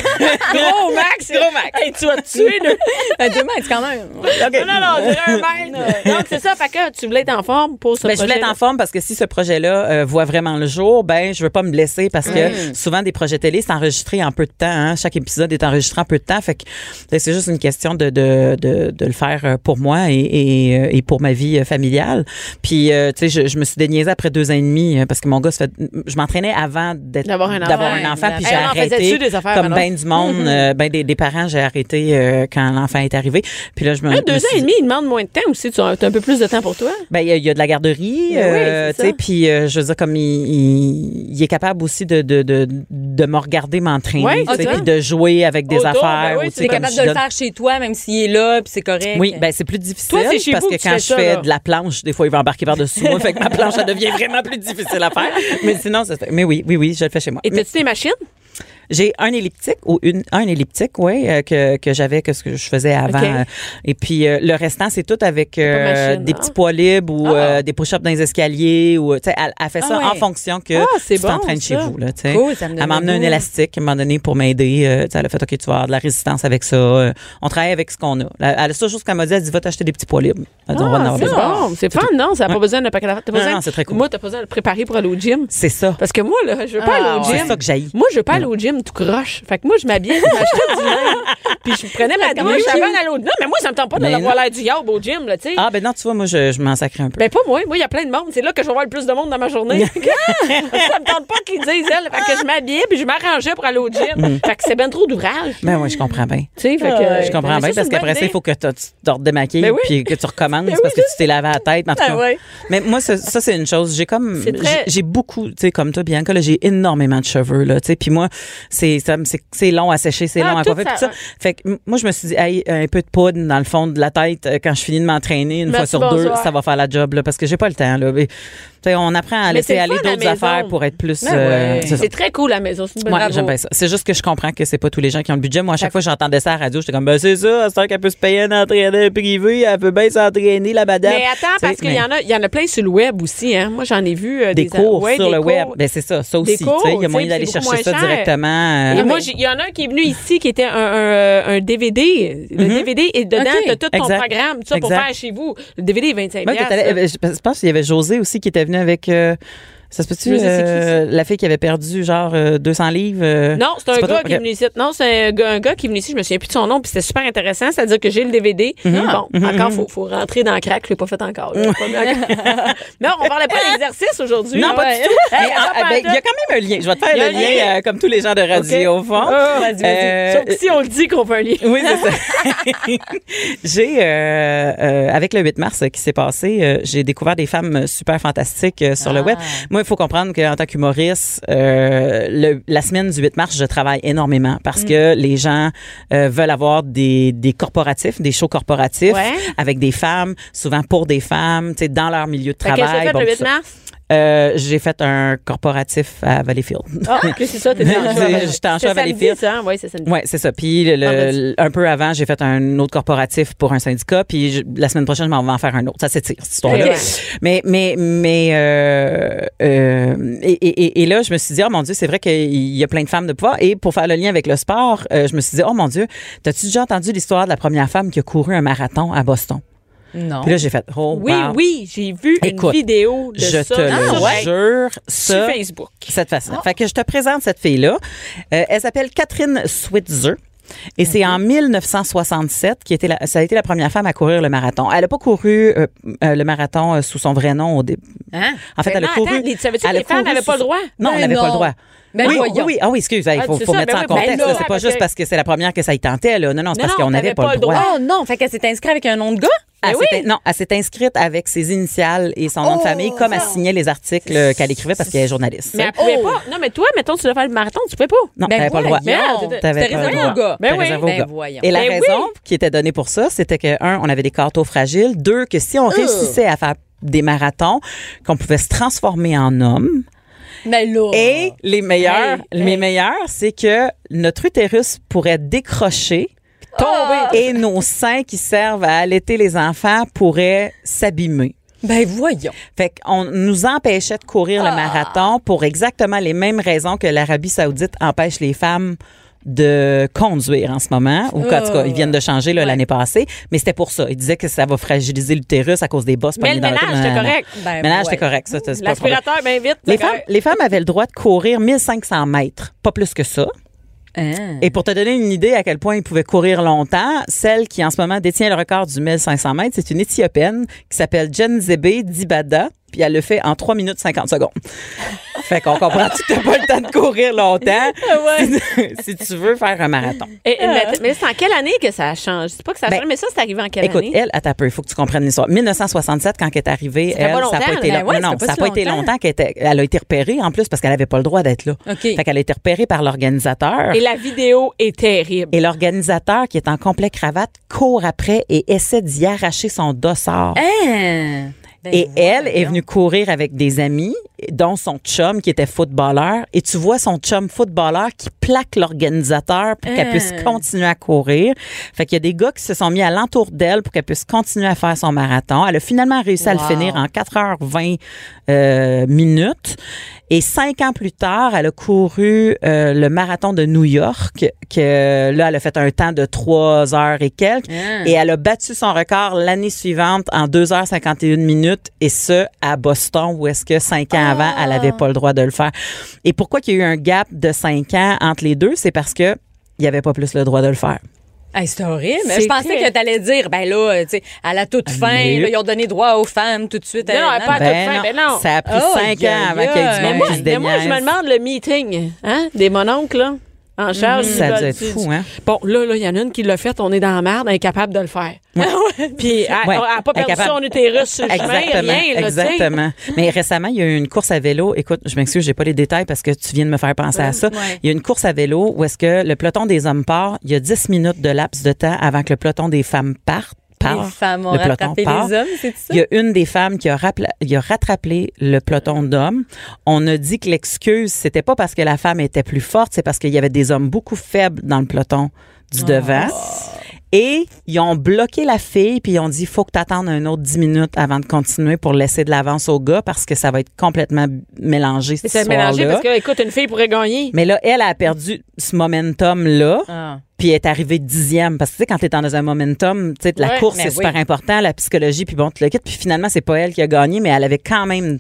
S3: Gros max. Gros max. Hey, tu vas te tuer, là.
S5: Ben, deux mètres, quand même.
S3: Non, non, non, on dirait un mètre. Donc, c'est ça, fait que tu voulais être en forme pour ce
S4: Ben, je voulais être en forme parce que si ce projet-là euh, voit vraiment le jour, ben je veux pas me blesser parce
S3: Hmm.
S4: que souvent des projets télé c'est enregistré en peu de temps. hein. Chaque épisode est enregistré en peu de temps. Fait que ben, c'est juste une question de, de, de, de le faire euh, pour moi et, et, euh, et pour ma vie euh, familiale. Puis euh, tu sais, je, je me suis déniaisée après deux ans et demi euh, parce que mon gars, se fait, je m'entraînais avant d'être-
S3: D'avoir un enfant.
S4: d'avoir un enfant, puis
S3: Hey,
S4: j'ai
S3: on en faisait
S4: arrêté
S3: dessus des affaires,
S4: comme
S3: alors?
S4: ben du monde,
S3: Mm-hmm.
S4: euh, ben des, des parents, j'ai arrêté euh, quand l'enfant est arrivé. Puis là, je me,
S3: Hein,
S4: me
S3: deux ans
S4: suis
S3: et demi, il demande moins de temps aussi. Tu as t'as un peu plus de temps pour toi.
S4: Ben, il y, a- il y a de la garderie,
S3: Ben oui,
S4: euh,
S3: c'est
S4: tu sais,
S3: ça.
S4: puis euh, je veux dire, comme il, il, il est capable aussi de, de, de, de me regarder m'entraîner,
S3: Ouais, ah, c'est
S4: tu sais,
S3: ça.
S4: puis de jouer avec des
S3: Autour, ben
S4: affaires.
S3: oui,
S4: ou
S3: tu
S4: tu
S5: T'es
S4: sais,
S3: es
S4: comme
S5: capable
S4: je
S5: de le
S4: donne-
S5: faire chez toi, même s'il est là, puis c'est correct.
S4: Oui, ben c'est plus difficile
S3: Toi, c'est chez
S4: parce
S3: vous
S4: que
S3: que tu
S4: quand
S3: fais
S4: je
S3: ça,
S4: fais
S3: là.
S4: de la planche, des fois il va embarquer par-dessus moi, fait que ma planche elle devient vraiment plus difficile à faire. Mais sinon, ça se fait. mais oui, oui, oui, je le fais chez moi.
S3: Et t'as-tu des machines?
S4: J'ai un elliptique ou une un elliptique, oui, euh, que, que j'avais que ce que je faisais avant.
S3: Ok.
S4: Euh, Et puis euh, le restant, c'est tout avec euh,
S3: pas machine,
S4: des
S3: ah.
S4: petits poids libres ou euh, des push-ups dans les escaliers ou tu sais, elle, elle fait ça
S5: Ah ouais.
S4: en fonction que
S3: Ah, c'est
S4: tu
S3: bon,
S4: t'entraînes chez
S3: ça.
S4: vous là. tu sais.
S5: Cool, ça me donne
S4: elle m'a
S5: le
S4: emmené un
S5: goût.
S4: élastique à un moment donné pour m'aider. euh, tu sais, elle a fait ok, tu vas avoir de la résistance avec ça. Euh, on travaille avec ce qu'on a. La, la seule chose qu'elle m'a dit, elle dit va t'acheter des petits poids libres. Elle dit, on va
S3: Ah,
S4: en avoir
S3: c'est
S4: besoin.
S3: bon. C'est fun, non? Ça n'a pas besoin d'un paquet d'affaires. T'as
S4: Non,
S3: besoin-
S4: non, c'est très cool.
S3: Moi, t'as pas besoin de le préparer pour aller au gym.
S4: C'est ça.
S3: Parce que moi, là, je veux pas
S5: Ah,
S3: aller au
S4: C'est
S3: gym.
S4: ça que j'haïs.
S3: Moi, je veux pas aller au gym tout croche. Fait que moi, je m'habillais, je m'achetais du linge. Puis je prenais ma douche
S5: douche.
S3: avant d'aller au Non, mais moi, ça me tente pas
S4: Mais
S3: d'avoir
S4: non.
S3: l'air du yob au gym, là, tu sais.
S4: Ah ben non, tu vois, moi je, je m'en sacre un peu.
S3: Ben, pas moi. Moi, il y a plein de monde. C'est là que je vais voir le plus de monde dans ma journée. ça me tente pas qu'ils disent, elle. Fait que je m'habillais, puis je m'arrangeais pour aller au
S4: Mm.
S3: gym. Fait que c'est ben trop d'ouvrage. Tu
S4: Ben oui, je comprends bien.
S3: sais, fait que.
S4: Ah Je comprends bien parce qu'après ça, il faut que t'as- tu te redémaquilles
S3: Ben oui.
S4: puis que tu recommences parce que tu t'es lavé la tête. en tout
S3: Ah
S4: cas.
S3: ouais.
S4: Mais moi, ça, ça, c'est une chose. J'ai comme.
S3: C'est très-
S4: j'ai- J'ai beaucoup, tu sais, comme toi, Bianca, là, j'ai énormément de cheveux, là, tu sais. Puis moi, c'est ça me- c'est- c'est long à sécher, c'est
S3: Ah,
S4: long à
S3: tout
S4: coiffer.
S3: ça,
S4: puis tout ça.
S3: ouais.
S4: Fait que m- moi, je me suis dit, hey, un peu de poudre dans le fond de la tête euh, quand je finis de m'entraîner une
S3: Merci,
S4: fois sur deux,
S3: bonsoir.
S4: ça va faire la job là, parce que j'ai pas le temps là. Mais, tu sais, on apprend à
S3: c'est
S4: laisser
S3: le
S4: aller
S3: fun à la
S4: d'autres
S3: maison.
S4: affaires pour être plus.
S3: Ben
S4: euh,
S3: ouais.
S4: c'est ça.
S3: C'est très cool la maison. C'est une bonne
S4: Ouais,
S3: Ben, bravo.
S4: j'aime bien ça. C'est juste que je comprends que c'est pas tous les gens qui ont le budget. Moi, à chaque fois que j'entendais ça à la radio, j'étais comme, ben, c'est ça, à cette heure qu'elle peut se payer un entraîneur privé, elle peut bien s'entraîner, la madame.
S3: Mais attends,
S4: Tu sais,
S3: parce qu'il y
S4: mais
S3: en a, il y en a plein sur le web aussi. Hein. Moi, j'en ai vu euh,
S4: des,
S3: des,
S4: cours
S3: ouais,
S4: sur
S3: des
S4: le web.
S3: cours.
S4: Ben, c'est ça. Ça
S3: Des
S4: aussi, tu
S3: cours,
S4: sais, il y
S3: tu sais,
S4: a moyen
S3: puis
S4: d'aller
S3: c'est beaucoup
S4: chercher ça
S3: moins cher.
S4: directement.
S3: Et
S4: euh,
S3: moi, j'ai- il y en a un qui est venu ici qui était un, euh, un- un DVD. Le DVD, et dedans,
S5: Ok.
S3: t'as tout ton
S4: Mm-hmm. Exact.
S3: programme, tout ça pour
S4: Exact.
S3: faire chez vous. Le DVD est 25
S4: moi, t'es allé-
S3: piastres,
S4: euh, je je pense qu'il y avait José aussi qui était venu avec. euh, ça se peut-tu?
S3: José, c'est qui,
S4: euh, la fille qui avait perdu genre euh, 200 livres? euh,
S3: Non, c'est un
S4: C'est pas
S3: gars
S4: toi,
S3: qui est
S4: ok.
S3: venu ici. Non, c'est un gars, un gars qui est venu ici. Je me souviens plus de son nom, puis c'était super intéressant. C'est-à-dire que j'ai le DVD.
S4: Mm-hmm. Ah,
S3: Bon, encore, faut, faut rentrer dans le crack. Je l'ai pas fait encore. là. Pas mis encore. non, on parlait pas d'exercice aujourd'hui.
S4: Non, pas du tout. Mais,
S3: Hey,
S4: ah,
S3: pas
S4: ben, Il y a
S3: pantoute.
S4: quand même un lien. Je vais te faire
S3: Il y a
S4: le
S3: un Oh,
S4: lien, euh, comme tous les gens de radio, au fond. Euh,
S3: Sauf que si on le dit qu'on fait un lien.
S4: Oui, c'est ça. j'ai, euh, euh, avec le 8 mars euh, qui s'est passé, euh, j'ai découvert des femmes super fantastiques euh, sur le web.
S3: Ah.
S4: Moi, il faut comprendre qu'en tant qu'humoriste, euh, le- la semaine du 8 mars, je travaille énormément parce que
S3: Mm.
S4: les gens euh, veulent avoir des, des corporatifs, des shows corporatifs
S3: Ouais.
S4: avec des femmes, souvent pour des femmes, tu sais, dans leur milieu de
S3: Fait que
S4: travail.
S3: qu'est-ce que t'as fait
S4: bon,
S3: le
S4: tout
S3: 8
S4: ça.
S3: mars?
S4: Euh, j'ai fait un corporatif à Valleyfield.
S3: Ah, ok, c'est ça, t'es
S4: J'étais en choix à Valleyfield.
S3: Oui, c'est samedi.
S4: Oui, c'est ça. Puis le- le-
S3: Vendredi.
S4: un peu avant, j'ai fait un autre corporatif pour un syndicat. Puis je- la semaine prochaine, je m'en vais en faire un autre. Ça s'étire, cette histoire-là.
S3: Ok.
S4: Mais, mais, mais, euh, euh, et, et- et- et là, je me suis dit, oh mon Dieu, c'est vrai qu'il y a plein de femmes de pouvoir. Et pour faire le lien avec le sport, euh, je me suis dit, oh mon Dieu, t'as-tu déjà entendu l'histoire de la première femme qui a couru un marathon à Boston?
S5: Non.
S4: Puis là, j'ai fait, oh,
S3: Oui,
S4: wow.
S3: oui, j'ai vu une
S4: Écoute,
S3: vidéo de
S4: Je
S3: ça
S4: te le
S3: sur- ouais,
S4: jure,
S3: sur
S4: ça,
S3: Facebook.
S4: cette façon.
S3: Ah.
S4: Fait que je te présente cette fille-là. Euh, elle s'appelle Catherine Switzer. Et c'est en 1967 qui était la- ça a été la première femme à courir le marathon. Elle n'a pas couru euh, euh, le marathon euh, sous son vrai nom au début. En fait,
S3: Mais
S4: elle a
S3: Ben non,
S4: couru.
S3: attends, les- savais-tu que
S4: elle a
S3: les femmes
S4: couru
S3: n'avaient
S4: sous
S3: pas le
S4: son-
S3: droit?
S4: Non,
S5: Hein? Ben
S4: elle n'avait pas
S5: non.
S4: le droit.
S5: Ben
S4: oui, oui,
S5: voyons.
S4: oui. Ah oui, excuse, il
S3: Ah,
S4: faut,
S3: c'est
S4: faut
S3: ça,
S4: mettre
S3: ben
S4: ça en
S3: oui, ben
S4: contexte.
S3: là,
S4: là. c'est pas
S3: parce
S4: juste
S3: que-
S4: parce que c'est la première que ça y tentait. Là. Non, non, c'est
S3: Non,
S4: parce
S3: non,
S4: qu'on n'avait
S3: t'avais
S4: pas le droit.
S5: Oh non, fait qu'elle s'est inscrite avec un nom de gars.
S4: Elle
S3: Ben
S4: s'est- non, elle s'est inscrite avec ses initiales et son nom de famille, comme elle signait les articles euh, qu'elle écrivait parce qu'elle est journaliste.
S3: Oh, Mais elle pouvait pas. Non, mais toi, mettons, tu dois faire le marathon, tu pouvais pas.
S4: Non,
S5: Ben
S4: t'avais pas le droit.
S5: voyons.
S4: T'avais
S5: C'était
S4: pas le
S5: réservé aux
S4: droit.
S5: gars.
S4: C'était
S3: Ben oui.
S4: réservé aux
S5: Ben
S4: gars.
S5: voyons.
S4: Et la
S3: Ben
S4: raison
S3: oui.
S4: qui était donnée pour ça, c'était que, un, on avait des cartes fragiles. Deux, que si on réussissait à faire des marathons, qu'on pouvait se transformer en homme.
S5: Mais là.
S4: Et les meilleurs,
S5: Oh. Hey,
S4: les
S5: hey.
S4: meilleurs, c'est que notre utérus pourrait décrocher, tomber, et nos seins qui servent à allaiter les enfants pourraient s'abîmer.
S5: Ben voyons.
S4: Fait qu'on nous empêchait de courir
S3: Ah.
S4: le marathon pour exactement les mêmes raisons que l'Arabie Saoudite empêche les femmes de conduire en ce moment ou en tout cas ils viennent de changer là, l'année passée mais c'était pour ça ils disaient que ça va fragiliser l'utérus à cause des bosses
S3: Mais
S4: pognées
S3: le
S4: dans
S3: ménage,
S4: l'auto. Non,
S3: c'était
S4: non, non.
S3: correct.
S5: Ben,
S4: Le ménage c'était
S5: ouais.
S4: correct ça, ça, c'est pas un problème.
S3: L'aspirateur, bien vite.
S4: les
S3: c'est
S4: femmes les femmes avaient le droit de courir 1500 mètres pas plus que ça
S5: Hein.
S4: et pour te donner une idée à quel point ils pouvaient courir longtemps, celle qui en ce moment détient le record du 1500 mètres, c'est une Éthiopienne qui s'appelle Jenzebe Dibada, puis elle le fait en 3 minutes 50 secondes. fait qu'on comprend que t'as pas le temps de courir longtemps si tu veux faire un marathon.
S3: Et- et- mais- mais c'est en quelle année que ça a changé? C'est pas que ça a
S4: Ben,
S3: changé, mais ça, c'est arrivé en quelle
S4: Écoute,
S3: année?
S4: elle, attends un peu, il faut que tu comprennes l'histoire. 1967, quand elle est arrivée,
S3: Ça fait
S4: elle,
S3: pas
S4: ça n'a pas
S3: longtemps,
S4: été
S3: ben
S4: long-
S5: ouais,
S4: non,
S5: ça fait pas
S4: ça a
S5: si
S4: pas été
S5: longtemps.
S4: longtemps qu'elle était- elle a été repérée, en plus, parce qu'elle n'avait pas le droit d'être là.
S5: OK.
S4: Fait qu'elle a été repérée par l'organisateur.
S3: Et la vidéo est terrible.
S4: Et l'organisateur, qui est en complet cravate, court après et essaie d'y arracher son dossard.
S5: Hein. Ben,
S4: Et elle est
S5: voyons.
S4: venue courir avec des amis, dont son chum qui était footballeur. Et tu vois son chum footballeur qui plaque l'organisateur pour qu'elle puisse
S5: Euh.
S4: continuer à courir. Fait qu'il y a des gars qui se sont mis à l'entour d'elle pour qu'elle puisse continuer à faire son marathon. Elle a finalement réussi à le
S5: Wow.
S4: finir en 4h20 euh, minutes. Et cinq ans plus tard, elle a couru euh, le marathon de New York, que là, elle a fait un temps de 3 heures et quelques.
S5: Hein.
S4: Et elle a battu son record l'année suivante en 2h51 minutes et ce, à Boston, où est-ce que cinq ans avant, elle n'avait pas le droit de le faire. Et pourquoi qu'il y a eu un gap de cinq ans entre les deux? C'est parce que il n'y avait pas plus le droit de le faire.
S5: Hey, c'est horrible.
S3: C'est
S5: Je pensais
S3: que-
S5: que t'allais dire, ben là, euh, tu sais, à la toute fin,
S4: Ah, Mais-
S5: là, ils ont donné droit aux femmes tout de suite.
S3: Non,
S5: euh,
S3: non, pas- À toute fin, ben non.
S4: Ça a pris
S5: Oh,
S4: cinq
S5: aïe,
S4: ans
S5: aïe,
S3: Ben,
S4: avant qu'il y ait du monde
S5: aïe. Mais
S4: qui
S5: moi-
S4: se
S3: Mais moi, je me
S4: déniaise.
S3: demande le meeting hein, des mononcles, là. en charge. du-
S4: Ça doit être
S3: du-
S4: fou, hein?
S3: Bon, là, là, il y en a une qui l'a fait, on est dans la merde, incapable de le faire. Puis, elle
S4: Ouais.
S3: n'a pas perdu
S4: Incapable.
S3: son utérus sur le chemin,
S4: Exactement,
S3: rien, là, tu sais.
S4: exactement. Mais récemment, il y a eu une course à vélo. Écoute, je m'excuse, j'ai pas les détails parce que tu viens de me faire penser
S3: Euh,
S4: à ça.
S7: Ouais.
S4: Il y a une course à vélo où est-ce que le peloton des hommes part, il y a 10 minutes de laps de temps avant que le peloton des femmes parte. Part,
S5: Les femmes ont
S4: le peloton
S5: rattrapé
S4: part.
S5: les hommes, c'est ça?
S4: Il y a une des femmes qui a, rappelé- il a rattrapé le peloton d'hommes. On a dit que l'excuse, c'était pas parce que la femme était plus forte, c'est parce qu'il y avait des hommes beaucoup faibles dans le peloton du
S3: Ah.
S4: devant. Et ils ont bloqué la fille, puis ils ont dit faut que tu attendes un autre 10 minutes avant de continuer pour laisser de l'avance au gars parce que ça va être complètement mélangé ce
S3: C'est mélangé
S4: soir-là.
S3: parce que, écoute, une fille pourrait gagner.
S4: Mais là, elle a perdu ce momentum-là
S7: Ah.
S4: puis est arrivé dixième. Parce que, tu sais, quand t'es dans un momentum, tu sais, la
S3: Ouais,
S4: course,
S7: mais
S4: c'est
S7: oui.
S4: super important, la psychologie, puis bon, tu le quittes. Puis finalement, c'est pas elle qui a gagné, mais elle avait quand même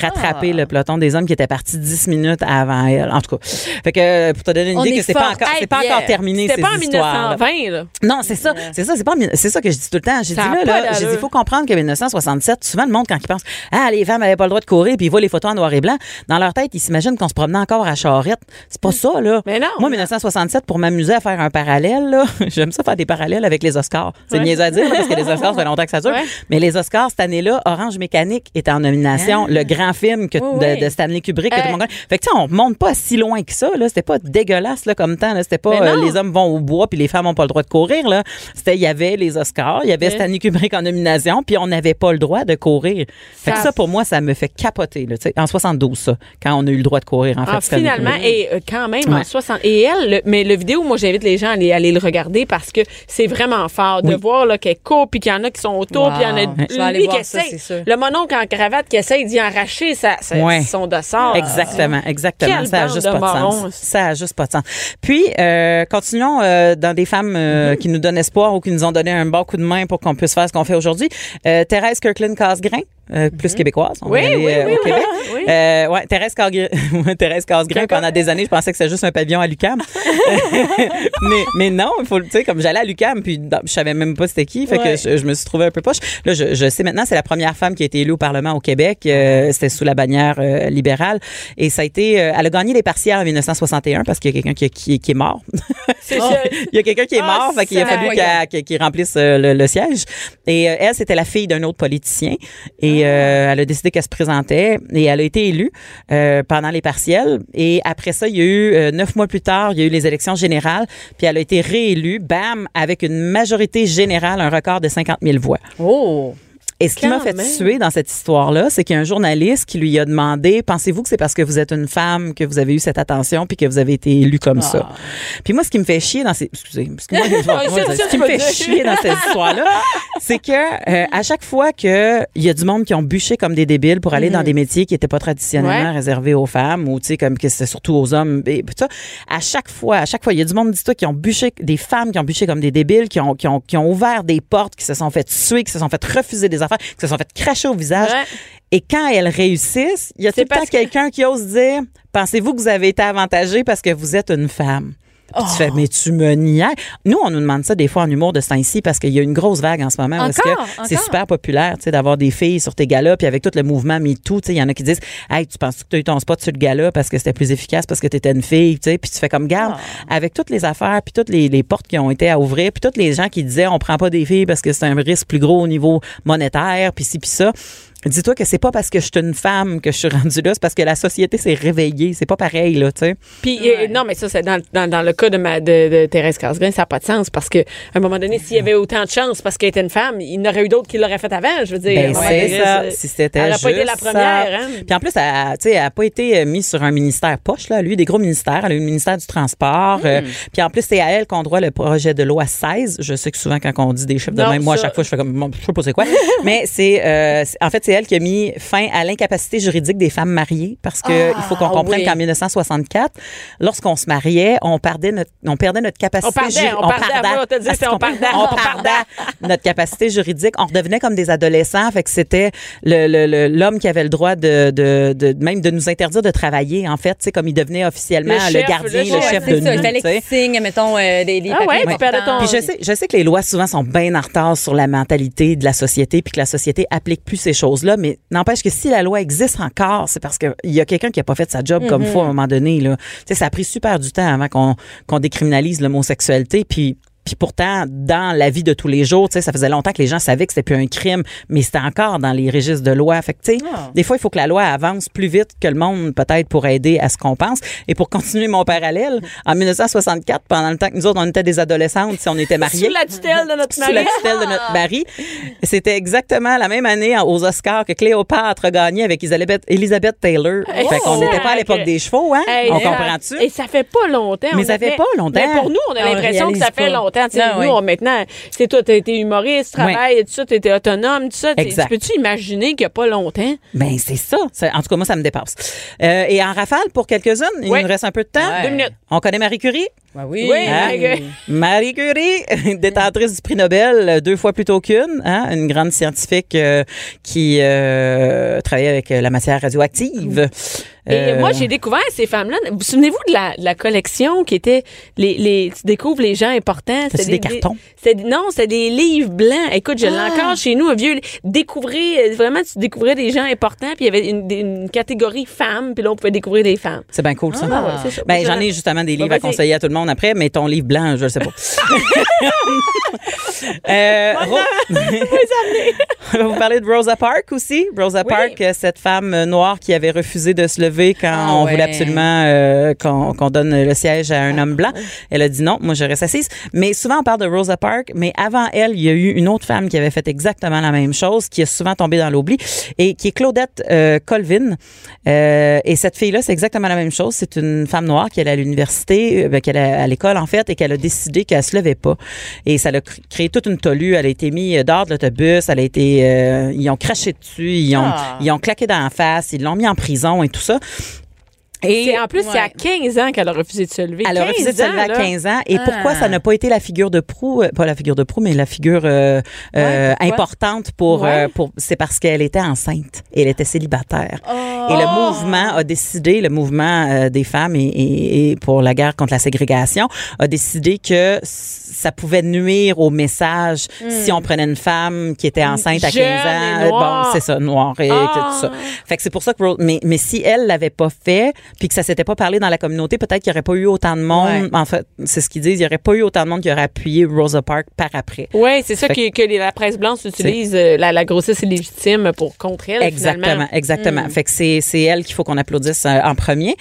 S4: rattrapé le peloton des hommes qui étaient partis dix minutes avant elle. En tout cas, fait que, euh, pour te donner une
S5: On
S4: idée
S5: est
S4: que c'est pas
S5: fort.
S4: encore, c'est
S5: Hey,
S4: pas
S5: Pierre,
S4: encore terminé, ces
S3: C'était pas en
S4: histoires
S3: 1920, là.
S4: non, c'est ça, c'est ça, c'est pas en mille- c'est ça que je dis tout le temps. J'ai dit
S3: euh, Ça a
S4: là,
S3: pas
S4: là, j'ai dit
S3: d'allure.
S4: faut comprendre que 1967, souvent le monde quand il pense ah les femmes avaient pas le droit de courir puis ils voient les photos en noir et blanc, dans leur tête, ils s'imaginent qu'on se promenait encore à charrette. C'est pas ça là.
S3: Hmm. Mais non.
S4: Moi 1967 pour m'amuser à faire un parallèle là, j'aime ça faire des parallèles avec les Oscars. C'est niaiseux à dire là, parce que les Oscars ça fait longtemps que ça dure,
S3: Ouais.
S4: mais les Oscars cette année-là, Orange Mécanique était en nomination,
S3: Ah.
S4: le grand film que
S5: Oui,
S4: de,
S5: oui.
S4: de Stanley Kubrick que
S3: Hey.
S4: tout le monde connaît. Fait que tu sais, on monte pas si loin que ça là, c'était pas dégueulasse là comme temps là, c'était pas
S3: Mais
S4: euh,
S3: non.
S4: les hommes vont au bois puis les femmes ont pas le droit de courir là. C'était il y avait les Oscars, il y avait Stanley Kubrick en nomination puis on n'avait pas le droit de courir. Fait que
S3: Ça-
S4: ça pour moi ça me fait capoter là, tu sais, en 72 ça, quand on a eu le droit de courir en fait.
S3: Ah,
S4: Stanley
S3: finalement,
S4: Kubrick.
S3: et euh, quand même, en
S4: Ouais.
S3: 60. Et elle, le- mais le vidéo, moi, j'invite les gens à aller, à aller le regarder parce que c'est vraiment fort de voir là, qu'elle coupe, puis qu'il y en a qui sont autour,
S5: Wow.
S3: puis il y
S5: Ouais. Je vais
S3: en a
S5: aller
S3: lui qui
S5: voir ça,
S3: essaie.
S5: c'est sûr.
S3: Le mononcle en cravate qui essaie d'y arracher sa, sa-
S4: Ouais.
S3: son dossard.
S4: Exactement, exactement.
S3: Quelle
S4: ça a
S3: bande
S4: juste
S3: de
S4: pas de
S3: marrons.
S4: sens. Ça a juste pas de sens. Puis, euh, continuons euh, dans des femmes
S3: Mm-hmm.
S4: euh, qui nous donnent espoir ou qui nous ont donné un bon coup de main pour qu'on puisse faire ce qu'on fait aujourd'hui. Euh, Thérèse Kirkland-Casgrain, euh, plus québécoise. On
S3: Mm-hmm. Oui,
S4: va aller,
S3: oui,
S4: euh,
S3: oui,
S4: au
S3: oui.
S4: Québec.
S3: Oui.
S4: Euh, ouais, Thérèse, Casgrain, Thérèse Casgrain, pendant des années, je pensais que c'était juste un pavillon à Lucam. mais, mais non, il faut, le- tu sais, comme j'allais à Lucam, puis non, je savais même pas c'était qui, fait que je, je me suis trouvée un peu poche. Là, je, je sais maintenant, c'est la première femme qui a été élue au Parlement au Québec. euh, c'était sous la bannière euh, libérale. Et ça a été, euh, elle a gagné les partielles en 1961 parce qu'il y a quelqu'un qui, qui- qui est mort. il y a quelqu'un qui est
S3: Ah,
S4: mort, fait qu'il a
S3: c'est
S4: fallu qu'elle qu'elle- qu'il remplisse euh, le, le siège. Et euh, elle, c'était la fille d'un autre politicien. Et euh, elle a décidé qu'elle se présentait et elle a été élue euh, pendant les partiels. Et après ça, il y a eu, euh, neuf mois plus tard, il y a eu les élections générales. Puis elle a été réélue, bam, avec une majorité générale, un record de 50 000 voix.
S3: Euh,
S5: Oh!
S4: Et ce qui m'a
S3: Quand
S4: fait
S3: même.
S4: suer dans cette histoire-là, c'est qu'il y a un journaliste qui lui a demandé Pensez-vous que c'est parce que vous êtes une femme que vous avez eu cette attention puis que vous avez été élue comme ça
S3: Ah.
S4: Puis moi, ce qui me fait chier dans ces. Excusez, excusez-moi, je vais- je
S3: ça,
S4: vais- ce
S3: tu
S4: qui me
S3: peux
S4: fait
S3: dire.
S4: chier dans cette histoire-là, c'est que euh, à chaque fois qu'il y a du monde qui ont bûché comme des débiles pour aller
S3: Mhm.
S4: dans des métiers qui n'étaient pas traditionnellement
S3: Ouais.
S4: réservés aux femmes ou tu sais, comme que c'est surtout aux hommes, et tout ça, à chaque fois, à chaque fois, il y a du monde, dis-toi, qui ont bûché, des femmes qui ont bûché comme des débiles, qui ont, qui ont, qui ont ouvert des portes, qui se sont fait tuer, qui se sont fait refuser des affaires, qui se sont fait cracher au visage.
S3: Ouais.
S4: Et quand elles réussissent, il y a tout
S3: C'est
S4: le temps
S3: parce que-
S4: quelqu'un qui ose dire Pensez-vous que vous avez été avantagé parce que vous êtes une femme? Puis Tu
S5: Oh.
S4: fais, mais tu me niais. Nous, on nous demande ça des fois en humour de ce temps-ci parce qu'il y a une grosse vague en ce moment. parce
S5: Encore?
S4: que c'est
S5: Encore?
S4: super populaire tu sais, d'avoir des filles sur tes galas. Puis avec tout le mouvement MeToo, tu sais, il y en a qui disent Hey, tu penses que tu as eu ton spot sur le gala parce que c'était plus efficace, parce que tu étais une fille. tu sais. Puis tu fais comme garde.
S5: Oh.
S4: Avec toutes les affaires, puis toutes les, les portes qui ont été à ouvrir, puis tous les gens qui disaient On prend pas des filles parce que c'est un risque plus gros au niveau monétaire, puis ci, puis ça. Dis-toi que c'est pas parce que je suis une femme que je suis rendue là, c'est parce que la société s'est réveillée. C'est pas pareil, là, tu sais.
S3: Puis, euh, non, mais ça, c'est dans, dans, dans le cas de, ma, de, de Thérèse Casgrain, ça n'a pas de sens parce que à un moment donné, s'il y avait autant de chance parce qu'elle était une femme, il y en aurait eu d'autres qui l'auraient fait avant, je veux dire. à un
S4: Ben,
S3: moment
S4: c'est
S3: donné,
S4: ça.
S3: c'est-
S4: Si c'était
S3: Elle aurait
S4: juste
S3: pas été la première,
S4: ça.
S3: hein.
S4: Puis en plus, elle, a- tu sais, elle a pas été euh, mise sur un ministère poche, là. Lui, des gros ministères. Elle a eu le ministère du Transport.
S3: Hmm.
S4: euh, puis en plus, c'est à elle qu'on doit le projet de loi 16. Je sais que souvent, quand on dit des chiffres de
S3: Non,
S4: même, moi, à
S3: ça-
S4: chaque fois, je fais comme, bon, je sais pas c'est quoi. Mais c'est, euh, c'est- en fait, c'est elle qui a mis fin à l'incapacité juridique des femmes mariées parce que il faut qu'on
S3: Ah,
S4: comprenne
S5: oui.
S4: qu'en 1964, lorsqu'on se mariait, on perdait notre, on perdait notre capacité
S3: On pardait,
S4: juri-
S3: on pardait, avant, on te disait,
S4: Ah, c'est
S3: on
S4: qu'on-
S3: pardait,
S4: on
S3: on
S4: pardait notre capacité juridique. On redevenait comme des adolescents. Fait que c'était le- le- le- l'homme qui avait le droit de, de, de- même de nous interdire de travailler, en fait. Tu sais, comme il devenait officiellement
S3: Le
S4: le,
S3: chef,
S4: gardien,
S3: le
S4: le,
S3: chef,
S4: chef
S5: c'est
S4: de
S5: ça, il
S4: nous,
S5: fallait
S4: tu sais.
S5: qu'il signe, mettons, euh, des, des
S3: Ah ouais,
S5: papiers
S3: tu perdais ton-
S5: importants.
S4: Puis je sais, je sais que les lois souvent sont bien en retard sur la mentalité de la société, puis que la société applique plus ces choses-là, mais n'empêche que si la loi existe encore, c'est parce qu'il y a quelqu'un qui n'a pas fait sa job comme il faut à un moment donné. Là. Tu sais, Ça a pris super du temps avant qu'on qu'on décriminalise l'homosexualité, puis puis pourtant, dans la vie de tous les jours, tu sais, ça faisait longtemps que les gens savaient que c'était plus un crime, mais c'était encore dans les registres de loi. Fait que, tu sais,
S3: Ah.
S4: des fois, il faut que la loi avance plus vite que le monde, peut-être, pour aider à ce qu'on pense. Et pour continuer mon parallèle, en 1964, pendant le temps que nous autres, on était des adolescentes, si on était mariés.
S3: Sous la tutelle de notre
S4: Sous la
S3: mari. Ah.
S4: tutelle de notre mari. C'était exactement la même année en- aux Oscars que Cléopâtre gagnait avec Elizabeth, Elizabeth Taylor. Fait
S3: sac.
S4: qu'on n'était pas à l'époque des chevaux, hein?
S3: Oh. Hey,
S4: on
S3: ça-
S4: comprend-tu?
S3: Et ça fait pas longtemps.
S4: Mais
S3: On
S4: ça fait
S3: avait-
S4: pas longtemps.
S3: Mais pour nous, on a
S5: On
S3: l'impression que ça
S5: réalise
S3: fait
S5: pas.
S3: longtemps. Tu sais,
S5: Ah,
S3: nous,
S5: oui.
S3: on- maintenant, c'est toi, t'as été humoriste,
S4: Oui.
S3: travail, et tout ça, t'as été autonome, tout ça. Tu-
S4: Exact.
S3: Tu peux-tu imaginer qu'il y a pas longtemps?
S4: Ben, c'est ça. Ça- En tout cas, moi, ça me dépasse. Euh, et en rafale, pour quelques-unes, il
S3: Ouais.
S4: nous reste un peu de temps.
S3: Deux minutes.
S4: On connaît Marie Curie.
S5: Ben oui.
S4: Hein?
S3: Marie-
S4: Marie Curie, détentrice du prix Nobel euh, deux fois plus tôt qu'une, hein, une grande scientifique euh, qui euh, travaillait avec euh, la matière radioactive.
S3: Et
S4: Euh,
S3: moi, j'ai découvert ces femmes-là. Vous vous souvenez-vous de la, de la collection qui était les, les tu découvres les gens importants.
S4: C'était des cartons? Ah.
S3: c'était des- non, c'était des livres blancs. Écoute, je l'ai encore chez nous, un vieux. li- Découvrir euh, vraiment, tu découvrais des gens importants. Puis il y avait une, des- une catégorie femmes. Puis là, on pouvait découvrir des femmes.
S4: Hein? C'est bien cool, ça.
S3: Ah ouais, c'est ça.
S4: Ben, j'en ai justement des livres
S3: Bah,
S4: à
S3: vas-y.
S4: conseiller à tout le monde après, mais ton livre blanc, je le sais pas. euh, Ro- On va vous parler de Rosa Parks aussi. Rosa Parks, euh, cette femme euh, noire qui avait refusé de se lever quand
S5: Ah
S4: on
S5: ouais.
S4: voulait absolument euh, qu'on qu'on donne le siège à un homme blanc. Elle a dit non, moi je reste assise. Mais souvent on parle de Rosa Parks, mais avant elle, il y a eu une autre femme qui avait fait exactement la même chose, qui est souvent tombée dans l'oubli, et qui est Claudette euh, Colvin. Euh, et cette fille-là, c'est exactement la même chose. C'est une femme noire qui allait à l'université, euh, ben, qu'elle allait à l'école en fait, et qu'elle a décidé qu'elle se levait pas. Et ça l'a cr- créé toute une tolue. Elle a été mise euh, dehors de l'autobus, elle a été, euh, ils ont craché dessus, ils ont,
S5: Ah.
S4: ils ont claqué dans la face, ils l'ont mis en prison et tout ça.
S3: Et en plus, c'est à 15 ans qu'elle a refusé de se lever.
S4: Elle a refusé de se lever à
S3: là.
S4: 15 ans. Et
S5: Ah.
S4: pourquoi ça n'a pas été la figure de proue, euh, pas la figure de proue, mais la figure euh, euh,
S5: pourquoi?
S4: importante pour,
S3: Ouais.
S4: euh, pour c'est parce qu'elle était enceinte. Elle était célibataire. Et le
S3: Oh.
S4: mouvement a décidé, le mouvement euh, des femmes et, et- et pour la guerre contre la ségrégation, a décidé que s- ça pouvait nuire au message si on prenait une femme qui était enceinte à 15
S3: Hmm. Jeune
S4: ans.
S3: et
S4: euh,
S3: noire.
S4: Bon, c'est ça, noire et
S3: Ah.
S4: tout ça. Fait que c'est pour ça que Ro- mais mais si elle l'avait pas fait puis que ça s'était pas parlé dans la communauté, peut-être qu'il y aurait pas eu autant de monde. En fait, c'est ce qu'ils disent, il y aurait pas eu autant de monde qui aurait appuyé Rosa Parks par après.
S3: Oui, c'est ça
S4: Fait-
S3: qui- que, les- la presse blanche utilise, euh, la, la grossesse illégitime pour contre elle.
S4: Exactement,
S3: finalement. Hmm.
S4: exactement. Fait que c'est, c'est elle qu'il faut qu'on applaudisse euh, en premier.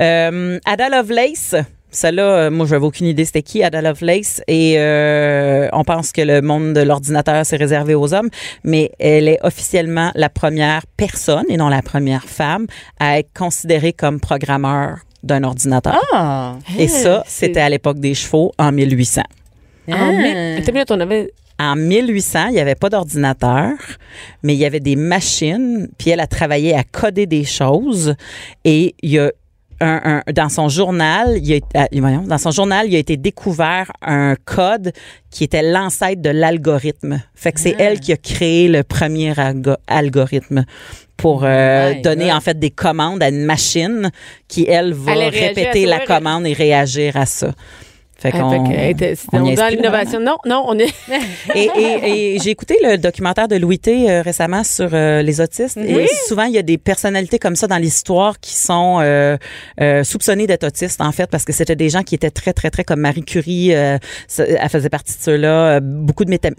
S4: Euh, Ada Lovelace. Celle-là, euh, moi, je n'avais aucune idée c'était qui, Ada Lovelace. Et euh, on pense que le monde de l'ordinateur, c'est réservé aux hommes, mais elle est officiellement la première personne, et non la première femme, à être considérée comme programmeur d'un ordinateur.
S5: Ah.
S4: et ça,
S3: c'est-
S4: c'était à l'époque des chevaux, en 1800.
S5: Ah,
S3: En mai-
S4: Ah.
S3: Attends une minute, on avait.
S4: En 1800, il n'y avait pas d'ordinateur, mais il y avait des machines, puis elle a travaillé à coder des choses. Et il y a un, un- dans son journal, il y a, ah, voyons, dans son journal, il a été découvert un code qui était l'ancêtre de l'algorithme. Fait que c'est
S3: Ah.
S4: elle qui a créé le premier algo- algorithme
S3: Oh
S4: pour euh,
S5: My
S4: donner
S5: God.
S4: en fait des commandes à une machine qui elle va
S3: Allait réagir à
S4: répéter
S3: ça,
S4: la
S3: ouais,
S4: commande et réagir à ça. Fait
S3: Ah,
S4: qu'on
S3: fait que, hey, t'es- c'était-
S4: on y
S3: on est dans
S4: est plus, hein?
S3: l'innovation. Non, non, on est.
S4: et, et- et j'ai écouté le documentaire de Louis T euh, récemment sur euh, les autistes. Et souvent, il y a des personnalités comme ça dans l'histoire qui sont euh, euh, soupçonnées d'être autistes, en fait, parce que c'était des gens qui étaient très, très, très comme Marie Curie. euh, ça- elle faisait partie de ceux-là. Euh, Beaucoup de méta-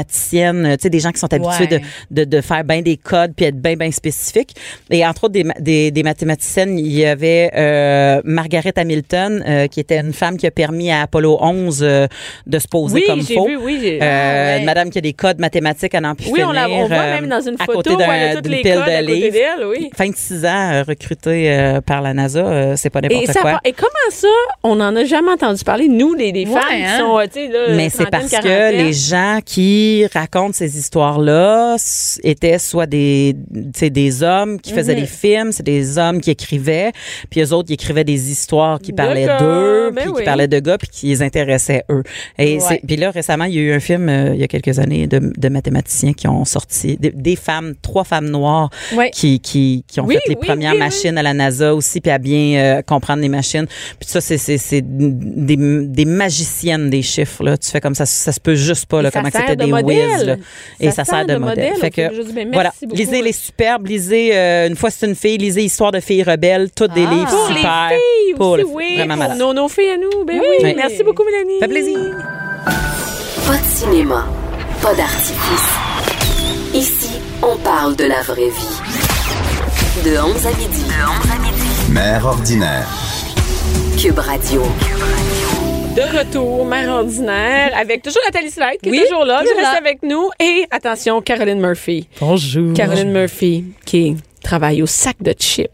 S4: mathématiciennes, euh, tu sais, des gens qui sont habitués
S5: Ouais.
S4: de, de, de faire bien des codes puis être bien, bien spécifiques. Et entre autres, des, ma- des, des mathématiciennes, il y avait euh, Margaret Hamilton, euh, qui était une femme qui a permis à Apollo 11 euh, de se poser
S3: Oui,
S4: comme
S3: j'ai
S4: faux.
S3: vu, oui. j'ai-
S4: Euh,
S5: Ah ouais.
S4: une Madame qui a des codes mathématiques à n'en plus
S3: oui, on, la, on
S4: finir,
S3: voit
S4: euh,
S3: même dans une
S4: à
S3: photo
S4: côté
S3: où elle
S4: d'un-
S3: a toutes
S4: d'une
S3: les
S4: pile
S3: codes à
S4: de
S3: côté
S4: livres.
S3: d'elle, oui.
S4: 26 ans euh, recruté euh, par la NASA, euh, c'est pas
S3: Et,
S4: n'importe
S3: ça,
S4: quoi.
S3: et comment ça, on n'en a jamais entendu parler, nous, les, les femmes
S5: Ouais,
S3: qui
S5: hein.
S3: sont, euh, tu sais, là,
S4: Mais c'est
S3: trentaine,
S4: parce que
S3: quarantaine.
S4: les gens qui racontent ces histoires-là s- étaient soit des, tu sais, des hommes qui faisaient
S3: Mhm.
S4: des films, c'est des hommes qui écrivaient, puis eux autres, ils écrivaient des histoires qui
S3: De
S4: parlaient
S3: gars,
S4: d'eux,
S3: ben
S4: puis qui
S3: oui.
S4: parlaient de gars, puis qui
S8: qui les intéressait eux. Et
S5: Ouais.
S8: c'est- puis là récemment, il y a eu un film euh, il y a quelques années de, de mathématiciens qui ont sorti des, des femmes, trois femmes noires
S5: Ouais.
S8: qui, qui qui ont
S3: Oui,
S8: fait les
S3: oui,
S8: premières
S3: oui, oui.
S8: machines à la NASA aussi puis à bien euh, comprendre les machines. Puis ça c'est c'est c'est des, des magiciennes des chiffres là, tu fais comme ça ça se peut juste pas là
S3: Et ça
S8: comment que
S3: sert
S8: c'était
S3: de
S8: des
S3: modèle.
S8: whiz là. et ça sert de modèle. Fait
S3: Fait
S8: que
S3: que je dis, ben, merci
S8: voilà,
S3: beaucoup.
S8: lisez les superbes, lisez euh, une fois c'est une fille, lisez Histoire de filles rebelles, toutes des
S5: Ah.
S8: livres
S3: Pour les
S8: super
S3: filles
S8: pour
S3: aussi,
S8: les-
S3: oui.
S8: vraiment
S3: pour
S8: malade.
S3: nos, nos filles à nous. Ben oui.
S8: Oui.
S3: Merci beaucoup, Mélanie.
S8: Fait plaisir.
S9: Pas de cinéma, pas d'artifice. Ici, on parle de la vraie vie. De 11 à midi. De 11 à midi.
S2: Mère ordinaire.
S9: Cube Radio.
S3: De retour, mère ordinaire, avec toujours Nathalie Slide, qui
S5: Oui,
S3: est toujours là, qui
S5: toujours
S3: reste
S5: là.
S3: avec nous. Et attention, Caroline Murphy.
S8: Bonjour.
S3: Caroline Murphy, qui travaille au sac de chips.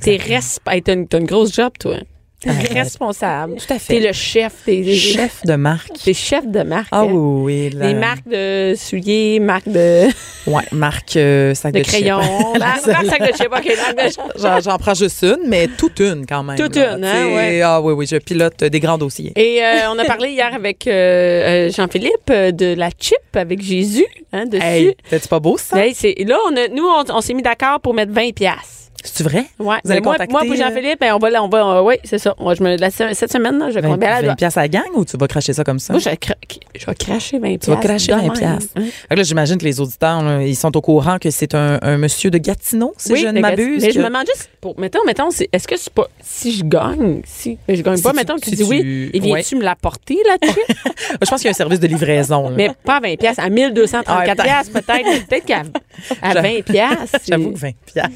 S3: T'es resp- hey, t'as une, t'as une grosse job, toi. T'es responsable.
S8: Tout à fait.
S3: T'es le chef. T'es t'es-
S8: chef de marque.
S3: t'es chef de marque.
S4: Ah
S3: hein.
S4: oui, oui. la-
S3: Des marques de souliers, marques de,
S4: Ouais, marque euh, sac
S3: de
S4: de,
S3: crayons. Ah,
S4: La
S3: marques- marques sac de chips. OK, marques de chips.
S4: chips. J'en j'en prends juste une, mais toute une quand même.
S3: Toute
S4: là,
S3: une, hein,
S4: t'sais.
S3: ouais.
S4: Ah oui, oui, je pilote euh, des grands dossiers.
S3: Et euh, on a parlé hier avec euh, euh, Jean-Philippe euh, de la chip avec Jésus hein, dessus.
S4: Hey, c'est pas beau ça?
S3: Hey, c'est- là, on a- nous, on, on s'est mis d'accord pour mettre 20 pièces.
S4: C'est vrai?
S3: Ouais.
S4: Vous
S3: Mais
S4: allez
S3: moi,
S4: contacter,
S3: moi,
S4: euh,
S3: pour Jean-Philippe, ben, on va, là, on va, euh, ouais, c'est ça. Moi, je me, la, se- cette semaine, là, je vais
S4: 20,
S3: combien là,
S4: 20 piastres à la gang ou tu vas cracher ça comme ça?
S3: Moi, je vais, cra- je vais cracher 20 pièces.
S4: Tu vas cracher 20 piastres.
S3: Hein?
S4: Fait que là, j'imagine que les auditeurs, là, ils sont au courant que c'est un, un monsieur de Gatineau, si je ne m'abuse.
S3: Mais je
S4: que-
S3: me demande juste, pour, mettons, mettons, c'est- est-ce que c'est pas, si je gagne, si, mais je gagne
S4: Si
S3: pas,
S4: tu-
S3: mettons, tu
S4: si
S3: dis
S4: tu-
S3: oui, et viens-tu me l'apporter, là, dessus
S4: Je pense qu'il y a un service de livraison. là.
S3: Mais pas à 20 pièces, à 1234
S4: Ah,
S3: pièces peut-être, peut-être qu'à à
S4: J'avoue-
S3: 20 pièces. c'est-
S4: J'avoue que 20 piastres.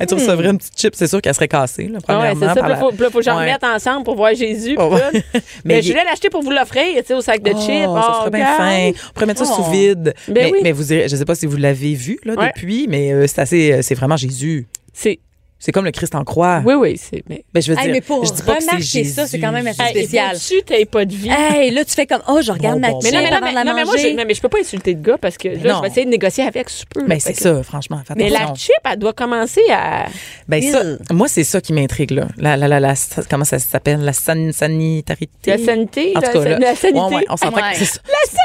S4: Elle trouve ça vrai, une petite chip, c'est sûr qu'elle serait cassée, là,
S3: Ah Hmm. ouais,
S4: premièrement.
S3: c'est ça.
S4: par
S3: Puis là,
S4: la-
S3: faut, puis là, faut que j'en
S4: Ouais.
S3: remette ensemble pour voir Jésus.
S4: Oh,
S3: puis tout.
S4: ouais.
S3: Mais,
S4: Mais
S3: je voulais l'acheter pour vous l'offrir, tu sais, au sac de
S4: Oh,
S3: chips.
S4: ça
S3: Oh,
S4: serait
S3: regarde.
S4: bien fin. On pourrait mettre ça
S3: Oh.
S4: sous vide.
S3: Ben
S4: mais,
S3: oui.
S4: mais vous irez- je ne sais pas si vous l'avez vu là,
S3: Ouais.
S4: depuis, mais euh, c'est assez, euh, c'est vraiment Jésus.
S3: C'est,
S4: C'est comme le Christ en croix.
S3: oui, oui, c'est. Mais,
S4: Ben, je veux
S5: Hey,
S4: dire,
S5: mais pour
S4: je dis pas que c'est
S5: remarquer
S4: Jésus.
S5: ça, c'est quand même assez-
S3: Hey, et
S5: spécial.
S3: faut-tu t'aies pas de vie?
S4: Ah,
S5: Hey, là, tu fais comme, oh, je regarde
S4: Bon,
S5: ma
S4: bon,
S5: chip
S4: bon.
S3: non,
S5: avant
S3: Hein? mais,
S5: de la
S3: non, mais moi,
S5: manger.
S3: je, non, mais je peux pas insulter le gars parce que là,
S4: Non.
S3: je vais essayer de négocier avec si tu peux.
S4: Ben, c'est
S3: Fait que-
S4: ça, franchement. Fais
S3: Mais la
S4: attention.
S3: chip, elle doit commencer à.
S4: Ben, ça, moi, c'est ça qui m'intrigue, là. La, la, la, la- sa- comment ça s'appelle? La san- sanitarité.
S3: La sanité.
S4: En
S3: la,
S4: tout cas, là.
S3: la sanité.
S4: Ouais, ouais, on s'entend
S5: Ouais.
S4: que c'est ça.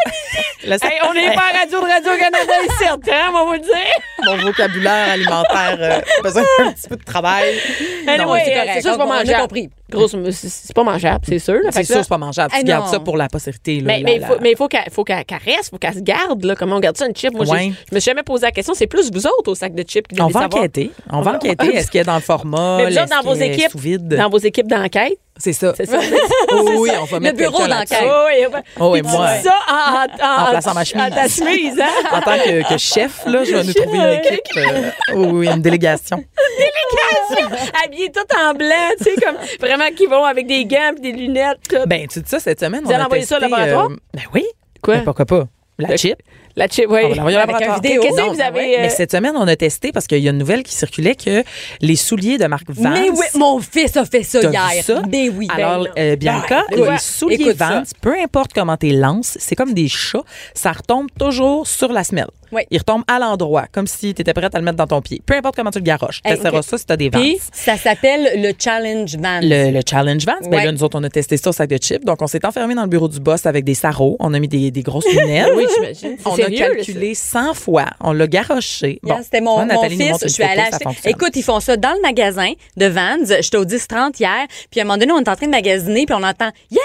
S4: La sanité!
S3: Hey, on est pas à Radio de Radio-Canada ici, hein, on va vous le dire.
S4: Mon vocabulaire alimentaire euh, a besoin d'un petit peu de travail. Non,
S3: Anyway,
S4: c'est
S3: euh,
S4: correct.
S3: c'est sûr, c'est pas
S5: Ah, on a
S3: mangeable.
S5: compris.
S3: Gros, c'est- c'est pas mangeable, c'est sûr. là. Fait
S4: C'est
S3: que là-
S4: sûr, c'est pas mangeable.
S5: Ah,
S4: Tu gardes
S5: non.
S4: ça pour la postérité. là,
S3: Mais,
S4: la-
S3: mais, il
S4: la-
S3: faut, mais il faut qu'elle faut qu'elle- qu'elle reste, faut qu'elle se garde. Là. Comment on garde ça, une chip? Moi, j'ai-
S4: Ouais.
S3: je me suis jamais posé la question. C'est plus vous autres au sac de chips qui
S4: On
S3: devez
S4: va
S3: savoir.
S4: enquêter. On va
S3: va-
S4: enquêter. Est-ce qu'il est dans le format?
S3: Mais vous autres,
S4: est-ce
S3: dans vos
S4: qu'il est
S3: équipes,
S4: sous vide?
S3: Dans vos équipes d'enquête,
S4: C'est ça.
S3: c'est ça?
S4: Oui, oui, on va mettre
S5: bureau
S4: quelqu'un
S5: d'enquête.
S4: là-dessus.
S3: Oh, oui, oui.
S4: Oh, et
S3: Puis
S4: moi.
S3: tu dis ça en, en,
S4: En plaçant ma chemise.
S3: en ta chemise, hein?
S4: En tant que, que chef, là, je vais nous trouver une équipe. euh, oui, oui, une délégation.
S3: Habillés tout en blanc, tu sais, comme vraiment qui vont avec des gants pis des lunettes. tout.
S4: Ben, tu dis ça cette semaine.
S3: Vous allez envoyer ça au
S4: testé,
S3: laboratoire?
S4: ben oui.
S3: Quoi?
S4: Ben, pourquoi pas? La
S3: Le-
S4: chip.
S3: La chip, oui.
S4: On va l'envoyer au laboratoire.
S3: vidéo. Qu'est-ce que
S4: Non,
S3: vous
S4: ben
S3: avez,
S4: ouais.
S3: euh,
S4: Mais cette semaine, on a testé parce qu'il y a une nouvelle qui circulait que les souliers de marque Vans.
S5: Mais oui, mon fils a fait ça
S4: T'as
S5: hier.
S4: vu ça?
S5: Mais oui. ben
S4: Alors,
S3: non.
S4: euh, Bianca,
S3: Ben, ouais.
S4: les souliers
S5: Écoute ça.
S4: Vans, peu importe comment tu les lances, c'est comme des chats, ça retombe toujours sur la semelle.
S5: Ouais.
S4: Il retombe à l'endroit, comme si tu étais prête à le mettre dans ton pied. Peu importe comment tu le garoches.
S5: Hey,
S4: Tu testeras
S5: ok.
S4: ça si tu as des Vans.
S5: Puis, ça s'appelle le challenge van. Hein,
S4: Le, le challenge Vans, ben
S5: Ouais.
S4: là, nous autres, on a testé ça au sac de chips. Donc, on s'est enfermé dans le bureau du boss avec des sarraux. On a mis des, des grosses lunettes.
S3: Oui, j'imagine. C'est
S4: On
S3: sérieux,
S4: a
S3: là,
S4: calculé 100 fois. On l'a garoché.
S5: Hier, C'était mon,
S4: Toi,
S5: mon
S4: Nathalie nous
S5: fils.
S4: montre
S5: Je
S4: une
S5: suis allée
S4: photo, ça
S5: acheter.
S4: fonctionne.
S5: Écoute, ils font ça dans le magasin de Vans. J'étais au 10-30 hier. Puis à un moment donné, on est en train de magasiner. Puis on entend Yeah!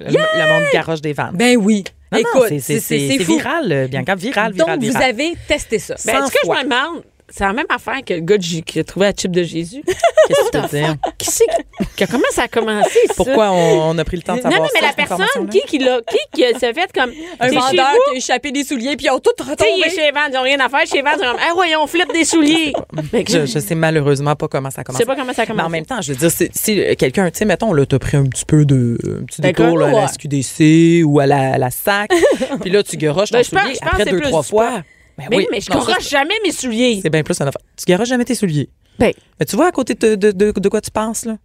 S4: le, le monde garoche des Vans.
S5: Ben oui.
S4: Non, non,
S5: Écoute,
S4: c'est- c'est
S5: c'est- c'est
S4: c'est
S5: fou.
S4: viral, euh, Bianca. Viral, viral,
S5: Donc, vous
S4: viral.
S5: avez testé ça.
S3: Ben,
S4: cent
S3: est-ce que je
S4: fois.
S3: me demande, c'est la même affaire que le gars de J- qui a trouvé la chip de Jésus?
S4: Qu'est-ce que tu veux dire?
S3: qui c'est qui- qui a- Comment ça a commencé, ça?
S4: Pourquoi on, on a pris le temps de
S3: Non,
S4: savoir
S3: non, mais
S4: ça,
S3: la
S4: cette information-là?
S3: personne, qui, qui l'a, qui, qui s'est fait comme.
S5: un
S3: T'es chez
S5: vendeur
S3: vous?
S5: qui a échappé des souliers. Puis ils ont tout
S3: Tu sais, il est
S5: retombé.
S3: chez Vans, ils n'ont rien à faire. Chez Vans, ils sont comme, ah ouais, on flippe des souliers. Mais que-
S4: Je, je sais malheureusement pas comment ça
S3: je
S4: commence.
S3: sais pas comment ça
S4: Mais
S3: commence.
S4: en même temps, je veux dire, si, si, euh, quelqu'un, tu sais, mettons, là, t'as pris un petit peu de. un petit
S3: D'accord,
S4: détour là, à la
S3: ouais.
S4: SQDC ou à la, à la SAC, puis là, tu garoches ton
S3: Ben, je pense-
S4: soulier
S3: je pense
S4: après
S3: que c'est
S4: deux,
S3: plus
S4: trois
S3: du
S4: fois. Ben
S3: Mais,
S4: oui,
S3: mais je
S4: non, ça,
S3: croche jamais mes souliers.
S4: C'est bien plus un affaire. Tu garoches jamais tes souliers.
S3: Ben.
S4: Mais tu vois à côté de, de, de, de quoi tu penses, là?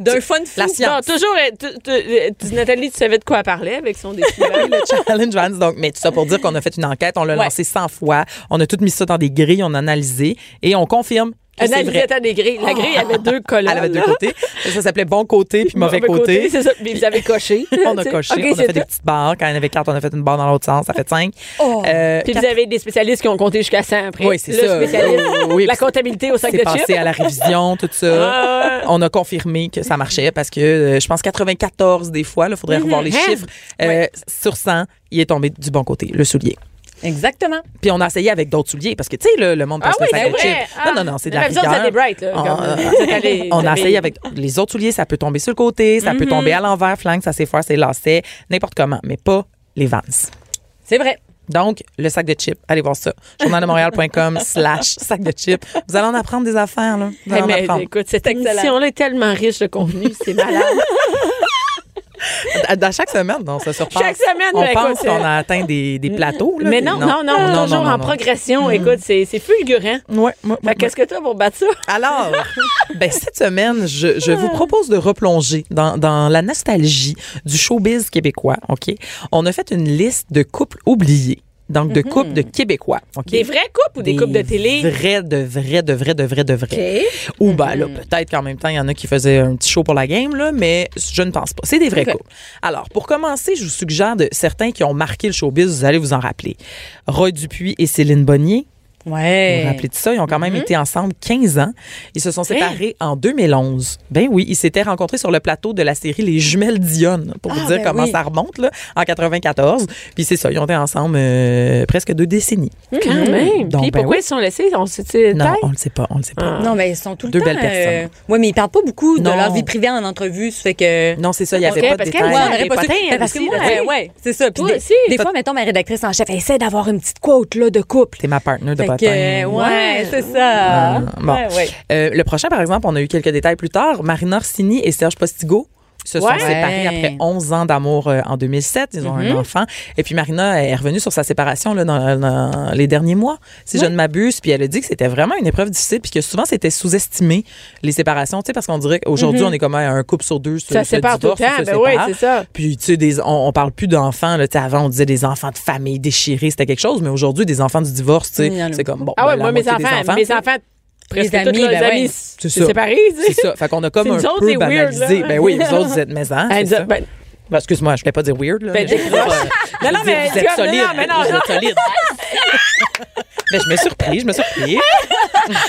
S5: D'un fun fou.
S4: La
S3: Non,
S4: science.
S3: toujours, euh, tu- tu- euh, tu- Nathalie, tu savais de quoi elle parlait avec son défilé.
S4: le challenge Vans. Donc, mais tout ça pour dire qu'on a fait une enquête, on l'a
S5: Ouais.
S4: lancé 100 fois, on a tout mis ça dans des grilles, on a analysé et on confirme
S10: Oui,
S3: Un
S10: c'est vrai.
S3: aviette à des grilles. La grille avait deux colonnes.
S4: Elle avait deux
S3: là. ben,
S4: côtés. Ça s'appelait bon côté puis mauvais côté. Euh,
S3: C'est ça. Mais vous avez coché.
S4: On a coché,
S3: Ok,
S4: on a
S3: c'est
S4: fait des
S3: tout.
S4: petites barres. Quand il y en avait quatre, on a fait une barre dans l'autre sens. Ça fait cinq. Euh,
S3: Oh, Puis
S4: quatre-
S3: vous avez des spécialistes qui ont compté jusqu'à 100 après.
S4: Oui, c'est
S3: Le
S4: ça.
S3: spécialiste,
S4: Oui, oui,
S3: la
S4: puis c'est-
S3: comptabilité au sac de
S4: c'est passé
S3: chips. Ah.
S4: à la révision, tout ça. On a confirmé que ça marchait parce que euh, je pense 94 des fois, il faudrait revoir les
S3: Hein?
S4: chiffres. Euh, Sur 100, il est tombé du bon côté, le soulier.
S5: Exactement.
S4: Puis on a essayé avec d'autres souliers parce que, tu sais, le, le monde
S3: Ah
S4: passe
S3: oui,
S4: le sac
S3: c'est
S4: de chips.
S3: vrai. Ah.
S4: Non, non, non, c'est de
S3: Mais
S4: la
S3: vous autres, vous avez
S4: rigueur.
S3: des brights, là,
S4: On-
S3: comme, euh,
S4: on-
S3: vous êtes allés-
S4: On
S3: vous
S4: a
S3: avez-
S4: essayé avec les autres souliers, ça peut tomber sur le côté, ça
S3: Mhm.
S4: peut tomber à l'envers, flanque, ça s'efface, c'est lacet, n'importe comment, mais pas les Vans.
S5: C'est vrai.
S4: Donc, le sac de chips, allez voir ça. journaldemontréal.com slash sac de chips. Vous allez en apprendre des affaires, là. Vous allez
S3: Eh,
S4: en
S3: mais
S4: apprendre.
S3: écoute, cette émission-là est tellement riche de contenu, c'est malade.
S4: À, à chaque semaine, on se surprend.
S3: Chaque semaine,
S4: on
S3: mais
S4: pense
S3: écoute,
S4: qu'on a atteint des, des plateaux. là,
S3: Mais
S4: des-
S3: non, non, non, toujours en progression. Écoute, c'est c'est fulgurant.
S4: Ouais, ouais,
S3: Fait
S4: ouais.
S3: que Qu'est-ce que t'as pour battre ça?
S4: Alors, ben, cette semaine, je, je vous propose de replonger dans, dans la nostalgie du showbiz québécois. Ok, on a fait une liste de couples oubliés, donc de couples de Québécois. Ok,
S3: Mhm. Des vraies coupes ou des, coupes de télé?
S4: Vrai, de vrai, de vrai, de vrai, de vrai. Ou ben là,
S5: Mm-hmm.
S4: peut-être qu'en même temps, il y en a qui faisaient un petit show pour la game, là, mais je ne pense pas. C'est des vrais couples. Alors, pour commencer, je vous suggère de certains qui ont marqué le showbiz, vous allez vous en rappeler. Roy Dupuis et Céline Bonnier. Vous vous
S5: Ouais.
S4: rappelez de ça? Ils ont quand même
S5: Mm-hmm.
S4: été ensemble 15 ans. Ils se
S5: Eh.
S4: sont séparés en 2011. Ben oui, ils s'étaient rencontrés sur le plateau de la série Les Jumelles Dionne, pour vous
S5: Ah,
S4: dire
S5: ben
S4: comment
S5: oui.
S4: ça remonte, là, en 94. Puis c'est ça, ils ont été ensemble euh, presque deux décennies.
S3: Quand même.
S4: Donc,
S3: Puis
S4: ben
S3: pourquoi
S4: oui.
S3: ils se sont laissés? On sait
S4: Non, on le sait pas, on le sait pas.
S5: Non, mais ils sont tout le
S4: Deux
S5: temps.
S4: belles personnes.
S5: Oui, mais ils parlent pas beaucoup de
S4: Non.
S5: leur vie privée en entrevue. Ça fait que.
S4: Non, c'est ça, il n'y avait
S3: Ok,
S4: pas de
S3: parce
S4: détails.
S3: qu'elle,
S5: on
S3: ouais.
S5: aurait
S3: les
S5: pas su-
S3: potins,
S5: Ben, parce que
S3: aussi,
S5: moi,
S3: là, tu sais.
S5: euh, ouais, c'est ça. Puis
S3: Toi
S5: des,
S3: aussi.
S5: des
S3: Toi-
S5: fois, mettons, ma rédactrice en chef, elle essaie d'avoir une petite quote là, de couple.
S4: T'es ma partenaire de
S5: Fait
S4: potin.
S5: que, euh, ouais, c'est ça.
S4: Ah, bon.
S5: Ouais, ouais.
S4: Euh, le prochain, par exemple, on a eu quelques détails plus tard. Marina Orsini et Serge Postigo se sont
S3: Ouais. Mm-hmm.
S4: séparés après 11 ans d'amour euh, en 2007. Ils ont un enfant. Et puis Marina est revenue sur sa séparation là, dans, dans les derniers mois, si je ne m'abuse. Puis elle a dit que c'était vraiment une épreuve difficile puis que souvent, c'était sous-estimé, les séparations. Tu sais, parce qu'on dirait qu'aujourd'hui, on est comme euh, un couple sur deux se,
S3: Mm-hmm. Ça
S4: se
S3: sépare tout le
S4: divorce ou
S3: temps.
S4: se
S3: Ben oui,
S4: sépare.
S3: c'est ça.
S4: Puis, tu sais, des- on, on parle plus d'enfants. là. Tu sais, Avant, on disait des enfants de famille déchirés, c'était quelque chose. Mais aujourd'hui, des enfants du divorce, tu
S5: Il y en
S4: sais,
S5: a
S4: c'est comme bon.
S3: Ah ouais,
S4: ben, la
S3: moi, mes
S4: moitié des
S3: enfants, mes enfants, presque
S5: amis,
S3: tous leurs
S5: ben ouais.
S3: amis,
S4: C'est
S3: c'est
S4: ça.
S3: séparés, tu
S4: C'est
S3: sais.
S4: ça. Fait qu'on a comme
S3: C'est
S4: un
S3: nous autres,
S4: peu
S3: c'est weird,
S4: banalisé.
S3: là.
S4: ben oui, vous autres, vous êtes maison.
S3: Ah,
S4: ça.
S3: ben,
S4: Ben, excuse-moi, je ne vais pas dire weird. Là,
S3: Ben,
S4: mais je veux dire,
S3: décroche.
S4: euh, je veux
S3: non,
S4: dire,
S3: mais
S4: vous
S3: tu
S4: êtes
S3: vois,
S4: solide.
S3: non, mais non,
S4: vous
S3: non.
S4: êtes solide. Mais je me suis surpris, je me suis surpris.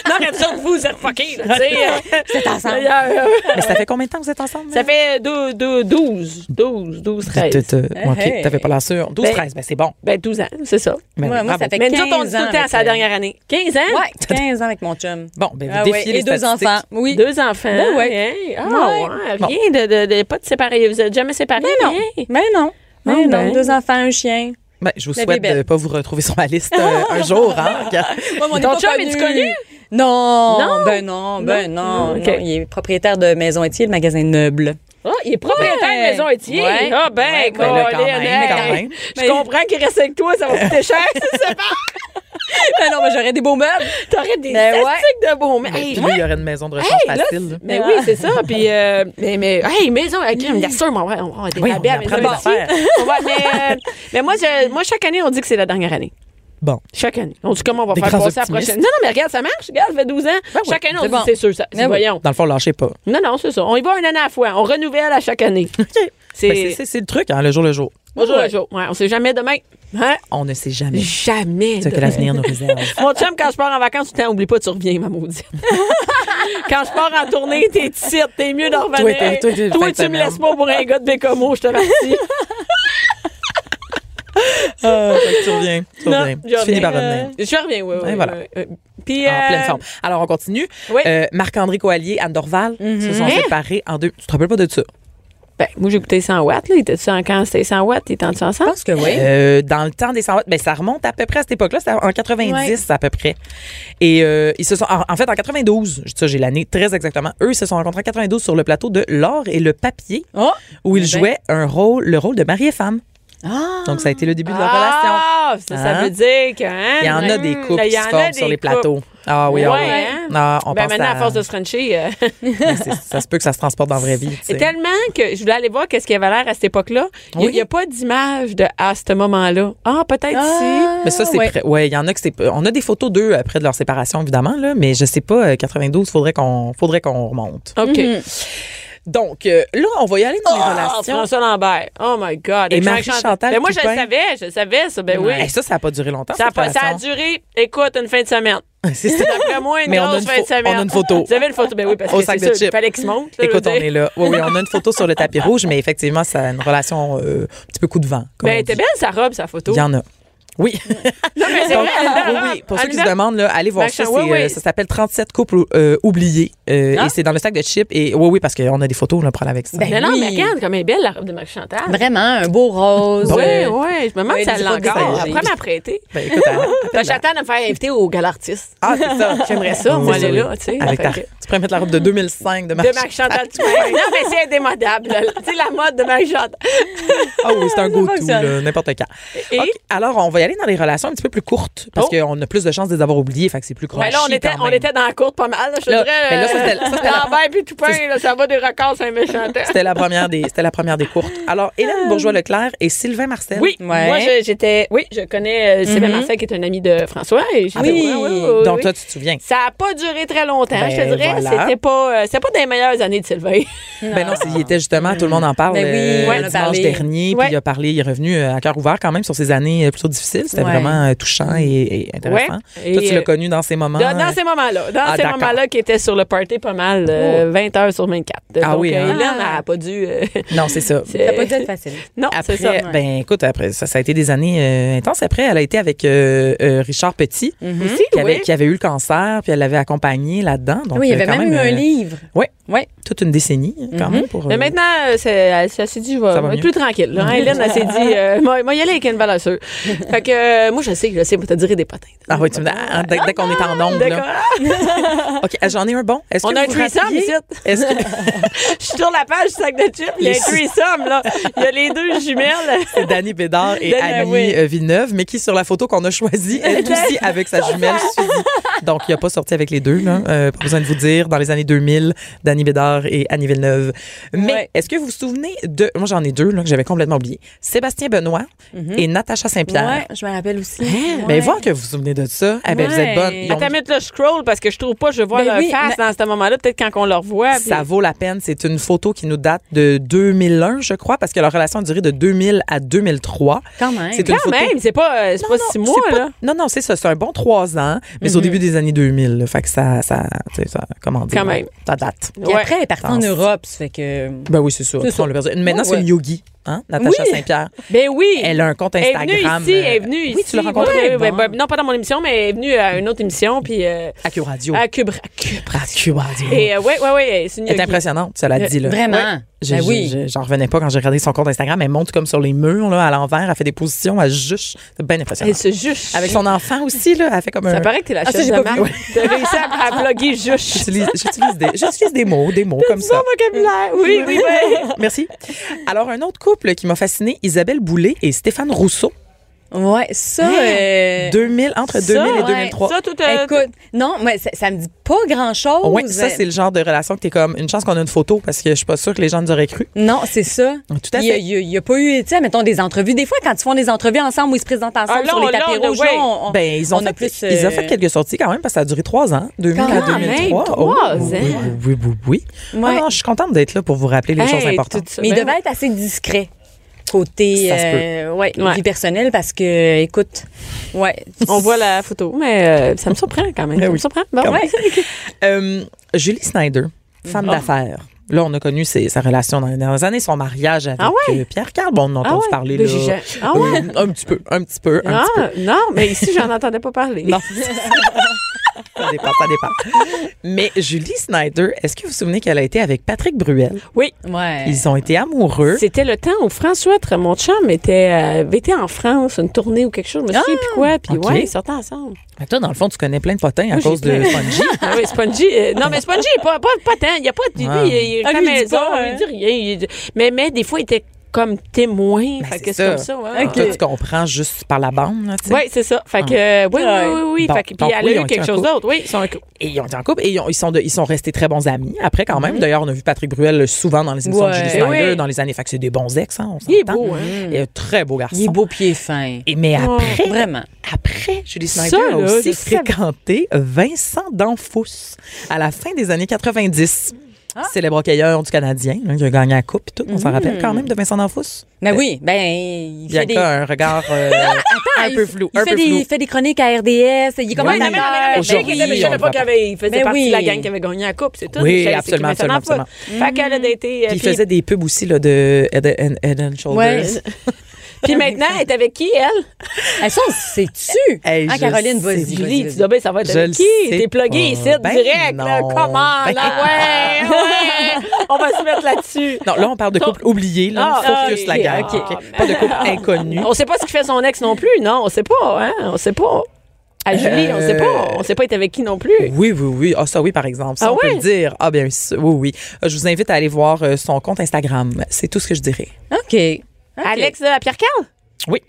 S3: non, mais vous autres, vous êtes fuckés, là, tu sais. euh,
S5: C'est ensemble.
S3: euh,
S4: Mais ça fait combien de temps que vous êtes ensemble?
S3: Ça fait dou- dou- 12, 12, 12, 13.
S4: T'as- t'as- OK,
S5: Hey.
S4: t'avais pas l'air sûr. 12, 13, ben c'est bon.
S3: Ben, 12 ans, c'est ça.
S4: Ben,
S5: Ouais, moi,
S4: bravo.
S5: ça fait
S3: Mais nous autres, on
S5: 15
S3: dit tout
S5: ans
S3: le temps,
S5: avec,
S3: c'est la
S5: euh,
S3: dernière année. 15 ans?
S5: Ouais, 15 ans avec mon chum.
S4: Bon, ben, vous
S5: Ah ouais,
S4: défiez les
S5: Et deux
S4: statistiques.
S5: enfants. Oui.
S3: Deux enfants.
S5: Ben ouais.
S3: hein? Ah,
S5: Ouais.
S3: ouais, Ben Rien de, de, de- Pas de séparés. Vous êtes jamais séparés?
S5: Mais non.
S3: rien.
S5: Mais non. Mais
S3: Ah,
S5: non.
S3: ben.
S5: Deux enfants, un chien.
S4: Ben, je vous
S5: La
S4: souhaite de ne
S5: bébelle.
S4: pas vous retrouver sur ma liste euh, un jour. Hein,
S5: Ton
S3: Ton chum, es-tu connu?
S5: Non,
S3: Non?
S5: Ben non, ben non.
S3: Non,
S5: non.
S3: ok.
S5: il est propriétaire de Maison Étier, le magasin Noble.
S3: Ah, il est propriétaire
S5: Ouais.
S3: de maison étier.
S5: Ouais.
S3: Ah, ben,
S5: Ouais,
S3: quoi,
S4: ben là, quand même, quand même.
S3: Je comprends qu'il reste avec toi, ça va coûter cher, si c'est pas. Ah
S5: ben non, mais j'aurais des beaux meubles.
S3: T'aurais des
S5: Ben ouais.
S3: statistiques de beaux mais.
S4: Puis lui, il y aurait une maison de rechange facile. là.
S3: Mais oui, c'est ça. Puis, euh, mais, mais, hey, maison, avec crème, bien sûr, mais on va, on va,
S4: Oui,
S3: la
S4: on
S3: belle
S4: apprend
S3: maison
S4: des
S3: étier.
S4: affaires.
S3: On va- mais, euh, mais moi, je- moi, chaque année, on dit que c'est la dernière année.
S4: Bon.
S3: Chaque année. On dit comment on va
S4: Des
S3: faire
S4: grands
S3: passer la
S4: optimistes. Ben
S3: prochaine. Non, non, mais regarde, ça marche. Regarde, ça fait 12 ans. Chaque année, on
S5: c'est
S3: dit
S5: bon.
S3: c'est sûr. Ça,
S5: Ben oui.
S3: voyons.
S4: Dans le fond, lâchez pas.
S3: Non, non, c'est ça. On y va une année à la fois. On renouvelle à chaque année. C'est
S4: Ben, c'est- c'est c'est le truc, hein, le jour le jour.
S3: au jour le jour. Ouais, on sait jamais demain. Hein?
S4: On ne sait jamais
S3: Jamais.
S4: ce que
S3: demain.
S4: l'avenir nous réserve.
S3: Mon chum, quand je pars en vacances, tout le temps, oublie pas, tu reviens, ma maudite. quand je pars en tournée, t'es ici, t'es mieux d'en revenir.
S4: t'es- toi, t'es le fin de
S3: tu me
S4: semaine.
S3: laisses pas pour un gars de Bécomo, je te remercie.
S4: Ah, fait que tu reviens, tu
S3: Non,
S4: reviens.
S3: je
S4: Tu finis
S3: reviens.
S4: par revenir.
S3: Euh, Je reviens, oui, oui.
S4: Et
S3: oui,
S4: voilà.
S3: oui, oui. Puis,
S4: En
S3: euh,
S4: pleine forme. Alors, on continue.
S3: Oui.
S4: Euh, Marc-André Coallier, Anne Dorval se sont séparés en deux. Tu te rappelles pas de ça?
S3: ben, moi, j'ai écouté 100 watts, là. Il était-tu en quand c'était 100 watts? Il était-tu
S5: Je
S3: ensemble?
S5: pense que oui.
S4: Euh, dans le temps des 100 watts, ben, ça remonte à peu près à cette époque-là. C'était en 90
S5: Ouais.
S4: à peu près. Et euh, ils se sont. En, en fait, en 92, ça, j'ai l'année très exactement. Eux, ils se sont rencontrés en 92 sur le plateau de L'or et le papier,
S5: Oh!
S4: où ils
S5: Eh ben.
S4: jouaient un rôle, le rôle de mari et femme. Donc, ça a été le début de leur relation.
S3: Ah, ça, ça
S4: Hein?
S3: veut dire que. hein,
S4: Il y en a
S3: ouais.
S4: des couples
S3: Ben, Il y
S4: qui
S3: en
S4: se
S3: a
S4: forment
S3: des
S4: sur les
S3: couples.
S4: plateaux. Ah oui, ah oui.
S3: Ouais, hein?
S4: Ah, on
S3: ben
S4: pense
S3: maintenant, à... force de se frencher, euh,
S4: Mais c'est- ça se peut que ça se transporte dans la vraie vie. tu sais.
S3: c'est tellement que je voulais aller voir qu'est-ce qu'il y avait l'air à cette époque-là. Il n'y a,
S4: Oui.
S3: il y a pas d'image de à ce moment-là. Ah, peut-être si.
S4: Mais ça, c'est
S5: ouais.
S4: prêt. Ouais, il y en a que c'est. On a des photos d'eux après de leur séparation, évidemment, là, mais je sais pas, euh, 92, faudrait qu'on faudrait qu'on remonte.
S3: OK.
S4: Donc, euh, là, on va y aller dans les
S3: Ah,
S4: relations.
S3: François Lambert. Oh my God.
S4: Et
S3: Avec
S4: Marie Chantal
S3: Ben moi, je le
S4: Toupin.
S3: savais. Je le savais, ça. Ben
S4: Ouais,
S3: oui.
S4: ça, ça n'a pas duré longtemps.
S3: Ça a,
S4: cette
S3: pas- ça a
S4: relation.
S3: duré, écoute, une fin de semaine.
S4: C'est ça.
S3: Après moi, une
S4: Mais on a
S3: grosse
S4: une
S3: fin de
S4: pho- on a
S3: semaine.
S4: une photo.
S3: Vous avez une photo? Ben oui, parce
S4: Au
S3: que
S4: sac
S3: c'est
S4: de
S3: ça, il
S4: chips.
S3: fallait qu'il se monte. là, je
S4: Écoute,
S3: veux
S4: on
S3: dire.
S4: est là. Oui, oui, on a une photo sur le tapis rouge, mais effectivement, ça a une relation euh, un petit peu coup de vent. comme
S3: Ben,
S4: on
S3: était
S4: dit.
S3: belle sa robe, sa photo.
S4: Il y en a. Oui.
S3: Non, mais c'est
S4: Donc,
S3: vrai, Ah, elle a
S4: oui,
S3: la robe.
S4: oui, pour ceux
S3: Elle
S4: qui
S3: a-
S4: se demandent, là, allez voir
S3: Machin,
S4: ça. c'est,
S3: oui, oui.
S4: euh, ça s'appelle 37 couples euh, oubliés. Euh,
S3: Ah.
S4: Et c'est dans le sac de chips. Et oui, oui, parce qu'on a des photos, on prend avec ça.
S3: Ben non,
S5: oui.
S3: mais regarde comme elle est belle, la robe de Marie Chantal.
S5: Ah. Vraiment, un beau rose.
S3: Oui,
S5: Euh,
S3: oui, je me demande
S4: ouais,
S3: si elle
S4: dis
S3: l'a
S4: pas que
S3: encore.
S4: ça-
S3: Après m'apprêter.
S4: Ben, écoute, elle-
S3: T'as Chantal de me faire inviter au Galartiste.
S4: Ah, c'est ça. J'aimerais
S3: ça, moi, aller
S4: oui.
S3: là, tu sais.
S4: Avec ta-
S3: Fait que-
S4: Tu pourrais mettre la robe de 2005 de Marie.
S3: De Marie Chantal Toupin. Non, mais c'est indémodable. là. Tu sais, la mode de Marie Chantal.
S4: Ah oui, c'est un go-to,
S5: fonctionne.
S4: là, n'importe quand.
S3: Et-
S4: OK, alors, on va y aller dans les relations un petit peu plus courtes parce
S3: Oh.
S4: qu'on a plus de chances de les avoir oubliées, fait que c'est plus
S3: Ben
S4: crunchy
S3: là, on était,
S4: quand
S3: on
S4: même.
S3: était dans la courte pas mal. là, je te
S4: Là,
S3: dirais. euh,
S4: ben là, ça, c'était- ça, c'était la-
S3: Lambert puis Toupin, là, ça va des records, c'est un méchant temps.
S4: C'était la première des, c'était la première des courtes. Alors, Hélène Bourgeois-Leclerc et Sylvain Marcel.
S3: Ah. Oui,
S5: Ouais.
S3: moi je- j'étais. Oui, je connais euh, Sylvain Marcel qui est un ami de François. Et j'ai- Ouais, ouais, ouais, ouais,
S4: Mm-hmm. Ah, ben Donc,
S3: ouais.
S4: toi, tu te souviens.
S3: Ça n'a pas duré très longtemps,
S4: Ben,
S3: je te dirais.
S4: voilà.
S3: C'était pas, euh, c'était pas des meilleures années de Sylvain.
S4: Ben non, c'est- il était justement, tout le monde en parle,
S5: Ben oui,
S4: euh,
S5: ouais, on a
S4: le dimanche
S5: parlé.
S4: dernier,
S3: Ouais.
S4: puis il a parlé, il est revenu euh, à cœur ouvert quand même sur ces années euh, plutôt difficiles. C'était
S5: Ouais.
S4: vraiment euh, touchant et, et intéressant.
S3: Ouais.
S4: Toi,
S3: Et,
S4: tu
S3: euh,
S4: l'as connu dans ces moments.
S3: Dans, dans
S4: euh,
S3: ces moments-là. Dans
S4: Ah,
S3: ces
S4: d'accord. Oh.
S3: moments-là qui étaient sur le party pas mal, euh, 20 heures sur 24.
S4: Ah
S3: Donc,
S4: oui,
S3: euh,
S4: hein?
S3: Hélène n'a pas dû. euh,
S4: Non, c'est ça.
S3: c'est-
S5: Ça n'a pas dû être facile.
S3: Non,
S4: Après,
S3: c'est ça.
S4: ben écoute, après ça, ça a été des années euh, intenses. Après, elle a été avec euh, euh, Richard Petit,
S3: Aussi,
S4: qui, avait,
S3: oui.
S4: qui avait eu le cancer, puis elle l'avait accompagné là-dedans. Donc,
S5: oui, il y
S4: euh,
S5: avait
S4: quand
S5: même, eu un
S4: euh,
S5: livre.
S4: Ouais,
S5: Ouais.
S4: toute une décennie quand même pour.
S3: Mais
S4: euh,
S3: maintenant, euh, c'est- elle, elle s'est dit, je vais
S4: Ça va
S3: je vais être
S4: mieux.
S3: plus tranquille. là. Hein, Hélène, elle s'est dit, euh, moi, moi, y aller avec une valeur sûre. fait que, euh, moi, je sais, je sais, moi, t'as duré des patins.
S4: Ah oui, tu me dis, ah, dès, dès qu'on est en nombre.
S3: D'accord.
S4: Là. OK, ah, j'en ai un bon. Est-ce
S3: On
S4: que
S3: a un
S4: vous vous
S3: threesome
S4: rappeliez-
S3: ici.
S4: Est-ce que
S3: Je suis sur la page du sac de chips, il y a un
S4: Les-
S3: threesome, là. Il y a les deux jumelles.
S4: c'est Dani Bédard et
S3: Dani,
S4: Annie
S3: oui.
S4: euh, Villeneuve, mais qui sur la photo qu'on a choisie, elle est aussi avec sa jumelle Suzy. Donc, il n'a pas sorti avec les deux. Là. Euh, pas besoin de vous dire. Dans les années 2000, Dani Bédard et Annie Villeneuve. Mais
S5: Ouais.
S4: est-ce que vous vous souvenez de... Moi, j'en ai deux là, que j'avais complètement oublié. Sébastien Benoît et Natacha Saint-Pierre.
S5: Ouais, je me rappelle aussi.
S4: Mais voir que vous vous souvenez de ça. Ah, ben, vous
S5: Ouais.
S4: êtes bonne. Ils ont-
S3: Attends, minute, là, je scroll parce que je trouve pas, je vois
S5: Ben
S3: leur
S5: oui,
S3: face dans ce moment-là, peut-être quand on leur voit. puis-
S4: Ça vaut la peine. C'est une photo qui nous date de 2001, je crois, parce que leur relation a duré de 2000 à 2003.
S5: Ben, Quand même.
S4: C'est une
S3: Quand
S4: photo.
S3: même, c'est pas, euh, c'est pas
S4: Non,
S3: six
S4: non,
S3: mois,
S4: c'est pas-
S3: là. Mhm.
S4: Non, non, c'est ça. C'est un bon trois ans, mais c'est au début des années 2000. là. fait que ça, ça, tu sais, ça comment dire?
S3: Quand même.
S4: Ça date.
S5: Puis
S3: Ouais.
S5: après, elle est partie en
S4: Pense.
S5: Europe, ça fait que...
S4: Ben oui, c'est ça.
S5: C'est ça.
S4: On le verra. Maintenant,
S5: Ouais,
S4: c'est une
S5: ouais.
S4: yogi, hein, Natacha Saint-Pierre.
S3: Ben oui.
S4: Elle a un compte
S3: Elle est venue
S4: Instagram.
S3: ici, elle est
S4: euh,
S3: venue ici.
S4: Oui, tu l'as
S3: Moi,
S4: rencontrée.
S3: oui, oui,
S4: Bon.
S3: ben, non, pas dans mon émission, mais elle est venue à une autre émission, puis euh,
S4: À Cube Radio.
S3: à Cube. à Cube.
S4: À Cube Radio.
S3: Et euh, ouais, ouais, ouais, c'est une
S4: Elle est
S3: yogi.
S4: impressionnante, ça l'a dit. Là.
S5: Vraiment.
S4: Je-
S5: Ben
S4: je-
S5: oui.
S4: je- J'en revenais pas quand j'ai regardé son compte Instagram. Elle monte comme sur les murs, là, à l'envers. Elle fait des positions, elle juche. C'est bien impressionnant.
S3: Elle se juche.
S4: Avec son Ah, enfant aussi, là, elle fait comme
S3: Ça
S4: un.
S3: paraît que t'es la
S5: ça,
S3: chef
S5: j'ai
S3: de
S5: pas
S3: marque. T'as réussi à, à bloguer juche.
S4: J'utilise j'utilise des, j'utilise des mots, des mots comme ça.
S3: vocabulaire. Oui, oui, oui.
S4: Merci. Alors, un autre couple qui m'a fasciné, Isabelle Boulay et Stéphane Rousseau,
S5: Ouais,
S4: Hein?
S5: ça... euh,
S4: 2000, entre
S5: ça,
S4: 2000 et
S5: ouais.
S4: 2003.
S3: Ça, tout euh,
S5: Écoute, non, mais ça, ça me dit pas grand-chose. Euh,
S4: Ouais, ça, c'est le genre de relation que t'es comme, une chance qu'on a une photo parce que je suis pas sûre que les gens nous auraient cru.
S5: Non, c'est ça.
S4: Tout à
S5: Il y a-
S4: fait.
S5: Il y a- il y a, pas eu, tu sais, mettons des entrevues. Des fois, quand ils font des entrevues ensemble où ils se présentent ensemble
S3: Ah, là,
S5: sur les
S3: on- là,
S5: tapis
S3: on a-
S5: rouges,
S3: ouais.
S5: là, on- on-
S4: Ben, ils ont,
S5: on a
S4: fait,
S5: plus,
S4: ils ont
S5: euh,
S4: fait quelques sorties quand même parce que ça a duré trois ans, 2000 à
S5: Quand
S4: 2003.
S3: même,
S4: Oh,
S3: trois
S4: oui,
S3: ans.
S4: Oui, oui, oui. Ah
S5: Ouais.
S4: non, je suis contente d'être là pour vous rappeler les
S3: Hey,
S4: choses importantes.
S3: tout ça.
S5: Mais il
S3: Ben
S5: devait être assez discret côté
S4: Ça se peut.
S5: euh, ouais,
S3: Ouais.
S5: vie personnelle parce que, écoute, ouais.
S3: Ben, On voit la photo, mais euh, ça me surprend quand même.
S4: Ben
S3: ça me
S4: oui.
S3: surprend. Bon,
S4: Quand
S3: ouais.
S4: Euh, Julie Snyder,
S3: Mm-hmm. Oh.
S4: femme d'affaires. Là, on a connu ses- sa relation dans les dernières années, son mariage avec
S3: Ah ouais?
S4: euh, Pierre Carl. Bon, on en a
S3: Ah
S4: entendu
S3: ouais.
S4: parler
S3: Ben,
S4: là.
S3: j'ai- Ah ouais.
S4: Euh, un petit peu, un petit peu, un petit peu.
S3: Ah, non, mais ici, j'en entendais pas parler.
S4: Non. ça dépend, ça dépend. Mais Julie Snyder, est-ce que vous vous souvenez qu'elle a été avec Patrick Bruel?
S3: Euh.
S5: Ouais.
S4: Ils ont été amoureux.
S3: C'était le temps où François Tra- mon chum, était, euh, avait été en France, une tournée ou quelque chose, je me souviens plus quoi. Puis
S4: Ah, ok.
S3: ouais, ils sortaient ensemble.
S4: Mais toi, dans le fond, tu connais plein de potins à
S3: Moi,
S4: cause
S3: j'ai
S4: de
S3: plein.
S4: Spongy.
S3: Ah oui, Spongy. euh, non, mais Spongy, pas, pas, pas tant. Il n'y a pas de. Lui,
S4: Ouais.
S3: il, il est
S5: Ah,
S3: à la
S5: lui, il dit
S3: maison,
S5: pas,
S3: il
S5: hein.
S3: dit rien. il dit- mais, mais des fois, il était comme témoin.
S4: Ben,
S3: fait
S4: c'est
S3: que c'est
S4: ça.
S3: comme ça, ouais.
S4: Toi, tu comprends juste par la bande, là, tu sais.
S3: Oui, c'est ça. Fait que, euh, oui,
S5: Ah.
S3: oui, oui, oui.
S4: Bon.
S3: Fait que,
S4: Donc,
S3: puis elle
S4: oui, ils
S3: a
S4: ont
S3: eu
S4: été
S3: quelque
S4: en
S3: chose
S4: couple.
S3: d'autre. Oui, ils sont un couple.
S4: Et ils ont été en couple et ils, ont- ils sont, de- ils sont restés très bons amis après quand même. D'ailleurs, on a vu Patrick Bruel euh, souvent dans les émissions de
S5: Ouais.
S4: Julie Snyder
S3: Oui.
S4: dans les années. Fait que c'est des bons ex, hein, on s'entend.
S3: Il est beau, hein?
S4: Et un très beau garçon.
S5: Il est beau pied fin.
S4: Et mais après,
S5: Vraiment.
S4: après, Julie Snyder
S3: Ça,
S4: a
S3: là,
S4: aussi
S3: je savais.
S4: fréquenté Vincent Danfous à la fin des années 90.
S5: Ah.
S4: Célèbre hockeyeur du Canadien, hein, qui a gagné la coupe et tout. On s'en rappelle quand même de Vincent Danfous.
S5: Ben oui, ben Mhm. il
S4: Il a
S5: fait des...
S4: un regard euh, un peu flou.
S5: Il
S4: un
S5: fait,
S4: peu
S5: des, euh,
S4: flou.
S5: il fait des chroniques à RDS. Il est comme Ah,
S4: Oui,
S5: un
S4: la même année, la
S5: acteur.
S4: même année qu'il était,
S3: mais je
S4: on
S3: savais pas
S4: le
S3: qu'il avait- il faisait
S5: Ben
S3: partie
S5: oui.
S3: de la gang qui avait gagné la coupe, c'est tout. Je
S4: Oui,
S3: sais,
S4: absolument,
S3: c'est que je
S4: absolument,
S3: m'étonnais pas. Fait
S5: Mm.
S3: qu'elle a daté. euh,
S4: Puis il
S3: puis-
S4: faisait des pubs aussi là, de Head, and- Head and Shoulders.
S5: Ouais.
S3: Puis maintenant, elle est avec qui, elle?
S5: Ah, ça, c'est tu.
S4: Hey,
S5: hein,
S4: je
S5: Caroline,
S4: sais
S5: vas-y.
S4: pas.
S5: vas-y,
S3: Julie,
S5: vas-y.
S3: tu dis, ben, ça va être
S4: Je
S3: avec
S4: le
S3: qui?
S4: sais
S3: T'es plugué
S4: pas.
S3: ici,
S4: Ben
S3: direct, là.
S4: non.
S3: Comment,
S4: Ben-
S3: là? Ouais, ouais. On va se mettre là-dessus.
S4: Non, là, on parle de couple oublié, là.
S3: Ah,
S4: focus
S3: ok,
S4: la guerre.
S3: ok.
S4: Pas de
S5: Ah,
S4: couple inconnu.
S3: On sait pas ce qu'il fait son ex non plus, non? On sait pas, hein? On sait pas.
S4: Euh,
S3: À Julie, on sait pas. On sait pas être avec qui non plus.
S4: Oui, oui, oui. Ah, ça, oui, par exemple. Ça,
S3: Ah
S4: on
S3: ouais?
S4: peut le dire. Ah, bien, sûr. oui, oui. Euh, Je vous invite à aller voir euh, son compte Instagram. C'est tout ce que je dirais.
S5: OK. OK.
S3: Alex euh, Pierre-Carl?
S4: Oui.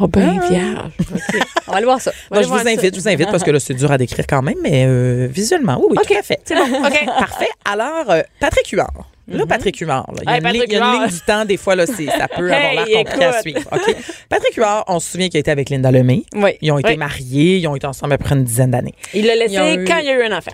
S3: Oh ben, vierge.
S5: Ah. On va aller voir ça.
S4: Donc, je vous invite, je vous invite parce que là, c'est dur à décrire quand même, mais euh, visuellement, oui, oui, tout à fait.
S3: C'est bon, OK. Mm-hmm.
S4: Parfait. Alors, euh, Patrick Huard. Là, Patrick Huard, là, il y a,
S3: Hey,
S4: une, ligne,
S3: Patrick
S4: il y a une
S3: Huard.
S4: ligne du temps, des fois, là, c'est- ça peut
S3: Hey,
S4: avoir l'air compliqué à suivre.
S3: écoute.
S4: OK? Patrick Huard, on se souvient qu'il a été avec Linda Lemay.
S5: Oui.
S4: Ils ont été
S3: Oui.
S4: mariés, ils ont été ensemble après une dizaine d'années.
S3: Il l'a laissé
S5: Ils ont eu-
S3: quand il y a eu un enfant.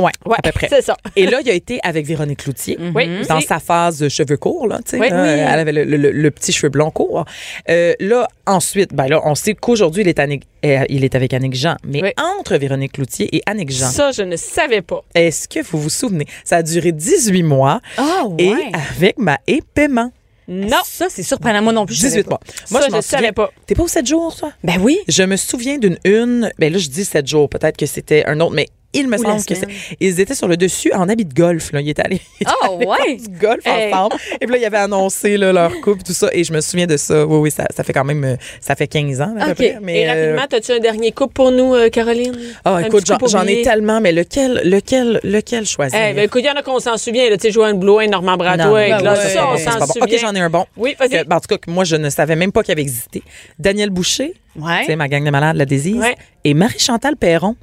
S4: Ouais,
S3: Ouais,
S4: à peu près.
S3: C'est ça.
S4: Et là, il a été avec Véronique Cloutier
S3: Oui.
S4: dans
S3: aussi.
S4: sa phase cheveux courts, là, tu sais,
S3: Oui,
S4: là,
S3: oui.
S4: elle avait le, le- le- le petit cheveu blond court. Euh, là, ensuite, ben là, on sait qu'aujourd'hui, il, est Annick- euh, il est avec Annick Jean. Mais
S3: Oui.
S4: entre Véronique Cloutier et Annick Jean,
S3: Ça, je ne savais pas.
S4: est-ce que vous vous souvenez? Ça a duré 18 mois
S5: Ah, ouais.
S4: et avec ma paiement.
S3: Non.
S5: Ça, c'est surprenant. Moi non plus. je savais
S4: 18
S5: pas.
S4: mois. Moi,
S3: Ça,
S4: je m'en
S3: je savais
S4: souviens-
S3: pas.
S4: T'es pas au 7 jours, toi?
S5: Ben oui.
S4: Je me souviens d'une une, ben là je dis sept jours, peut-être que c'était un autre, mais il me
S5: Ou la
S4: semble que c'est.
S5: semaine.
S4: Ils étaient sur le dessus en habit de golf. Là. Ils étaient allés, ils étaient
S5: Ah,
S4: allés
S5: ouais?
S4: faire du golf
S3: Hey.
S4: ensemble. Et puis là, ils avaient annoncé là, leur couple, tout ça. Et je me souviens de ça. Oui, oui, ça, ça fait quand même. euh, Ça fait 15 ans, à peu
S5: OK.
S4: près. Mais,
S3: Et
S4: euh,
S3: rapidement, as-tu un dernier coup pour nous, euh, Caroline?
S4: ah,
S3: un
S4: écoute,
S3: petit
S4: j'en
S3: couple
S4: j'en ai
S3: oublié?
S4: tellement, mais lequel, lequel, lequel
S3: Eh
S4: choisir?
S3: ben, écoute, il y en a qu'on s'en souvient, là, tu sais, Joanne Blouin, Normand Bradwick,
S4: non,
S3: là,
S4: non, c'est
S3: ça,
S4: pas
S3: on
S4: bon, c'est
S3: s'en
S4: pas bon.
S3: souvient.
S4: OK, j'en ai un bon.
S3: Oui, vas-y.
S4: Que- ben, en tout cas, que moi, je ne savais même pas qu'il avait existé. Daniel Boucher, tu sais,
S5: Ouais.
S4: ma gang de malades, la désise.
S3: Ouais.
S4: Et Marie-Chantal Perron.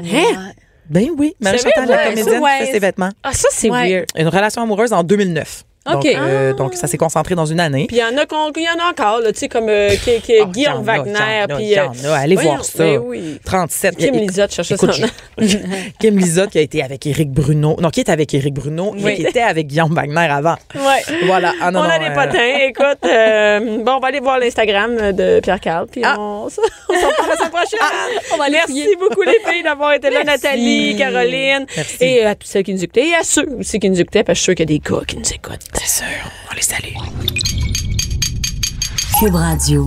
S5: Hein?
S4: Ben oui, Marie-Chantal,
S3: vrai?
S4: la
S5: Ouais,
S4: comédienne
S5: ouais.
S4: qui fait ses vêtements.
S3: Ah, ça, c'est
S5: Ouais.
S3: weird.
S4: Une relation amoureuse en 2009. Donc,
S5: OK.
S4: euh, donc, ça s'est concentré dans une année.
S3: Puis il y en a qu'on, il y en a encore, là, tu sais, comme euh, qui, qui,
S4: Oh,
S3: Guillaume
S4: il y en a,
S3: Wagner,
S4: il y en a,
S3: puis. euh,
S4: il y en a. Allez
S3: voyons,
S4: voir ça.
S3: mais oui.
S4: 37.
S3: Kim
S4: Il-
S3: Lizotte cherchait
S4: écoute,
S3: son nom.
S4: je- Kim Lizotte qui a été avec Éric Bruno. Non, qui est avec Éric Bruno, mais
S5: Oui.
S4: qui était avec Guillaume Wagner avant.
S3: Ouais.
S4: Voilà. Ah, non,
S3: on
S4: non,
S3: a des
S4: euh,
S3: potins. Écoute, euh, bon, on va aller voir l'Instagram de Pierre Carl, puis
S4: Ah.
S3: on, s- on s'en parle la semaine prochaine.
S5: On va aller
S3: Merci
S5: fouiller.
S3: beaucoup, les filles, d'avoir été là, Nathalie, Caroline, et à toutes celles qui nous écoutaient, et à ceux aussi qui nous écoutaient, parce que je suis sûre qu'il y a des gars qui nous écoutent.
S4: C'est sûr. On les salue.
S9: Cube Radio.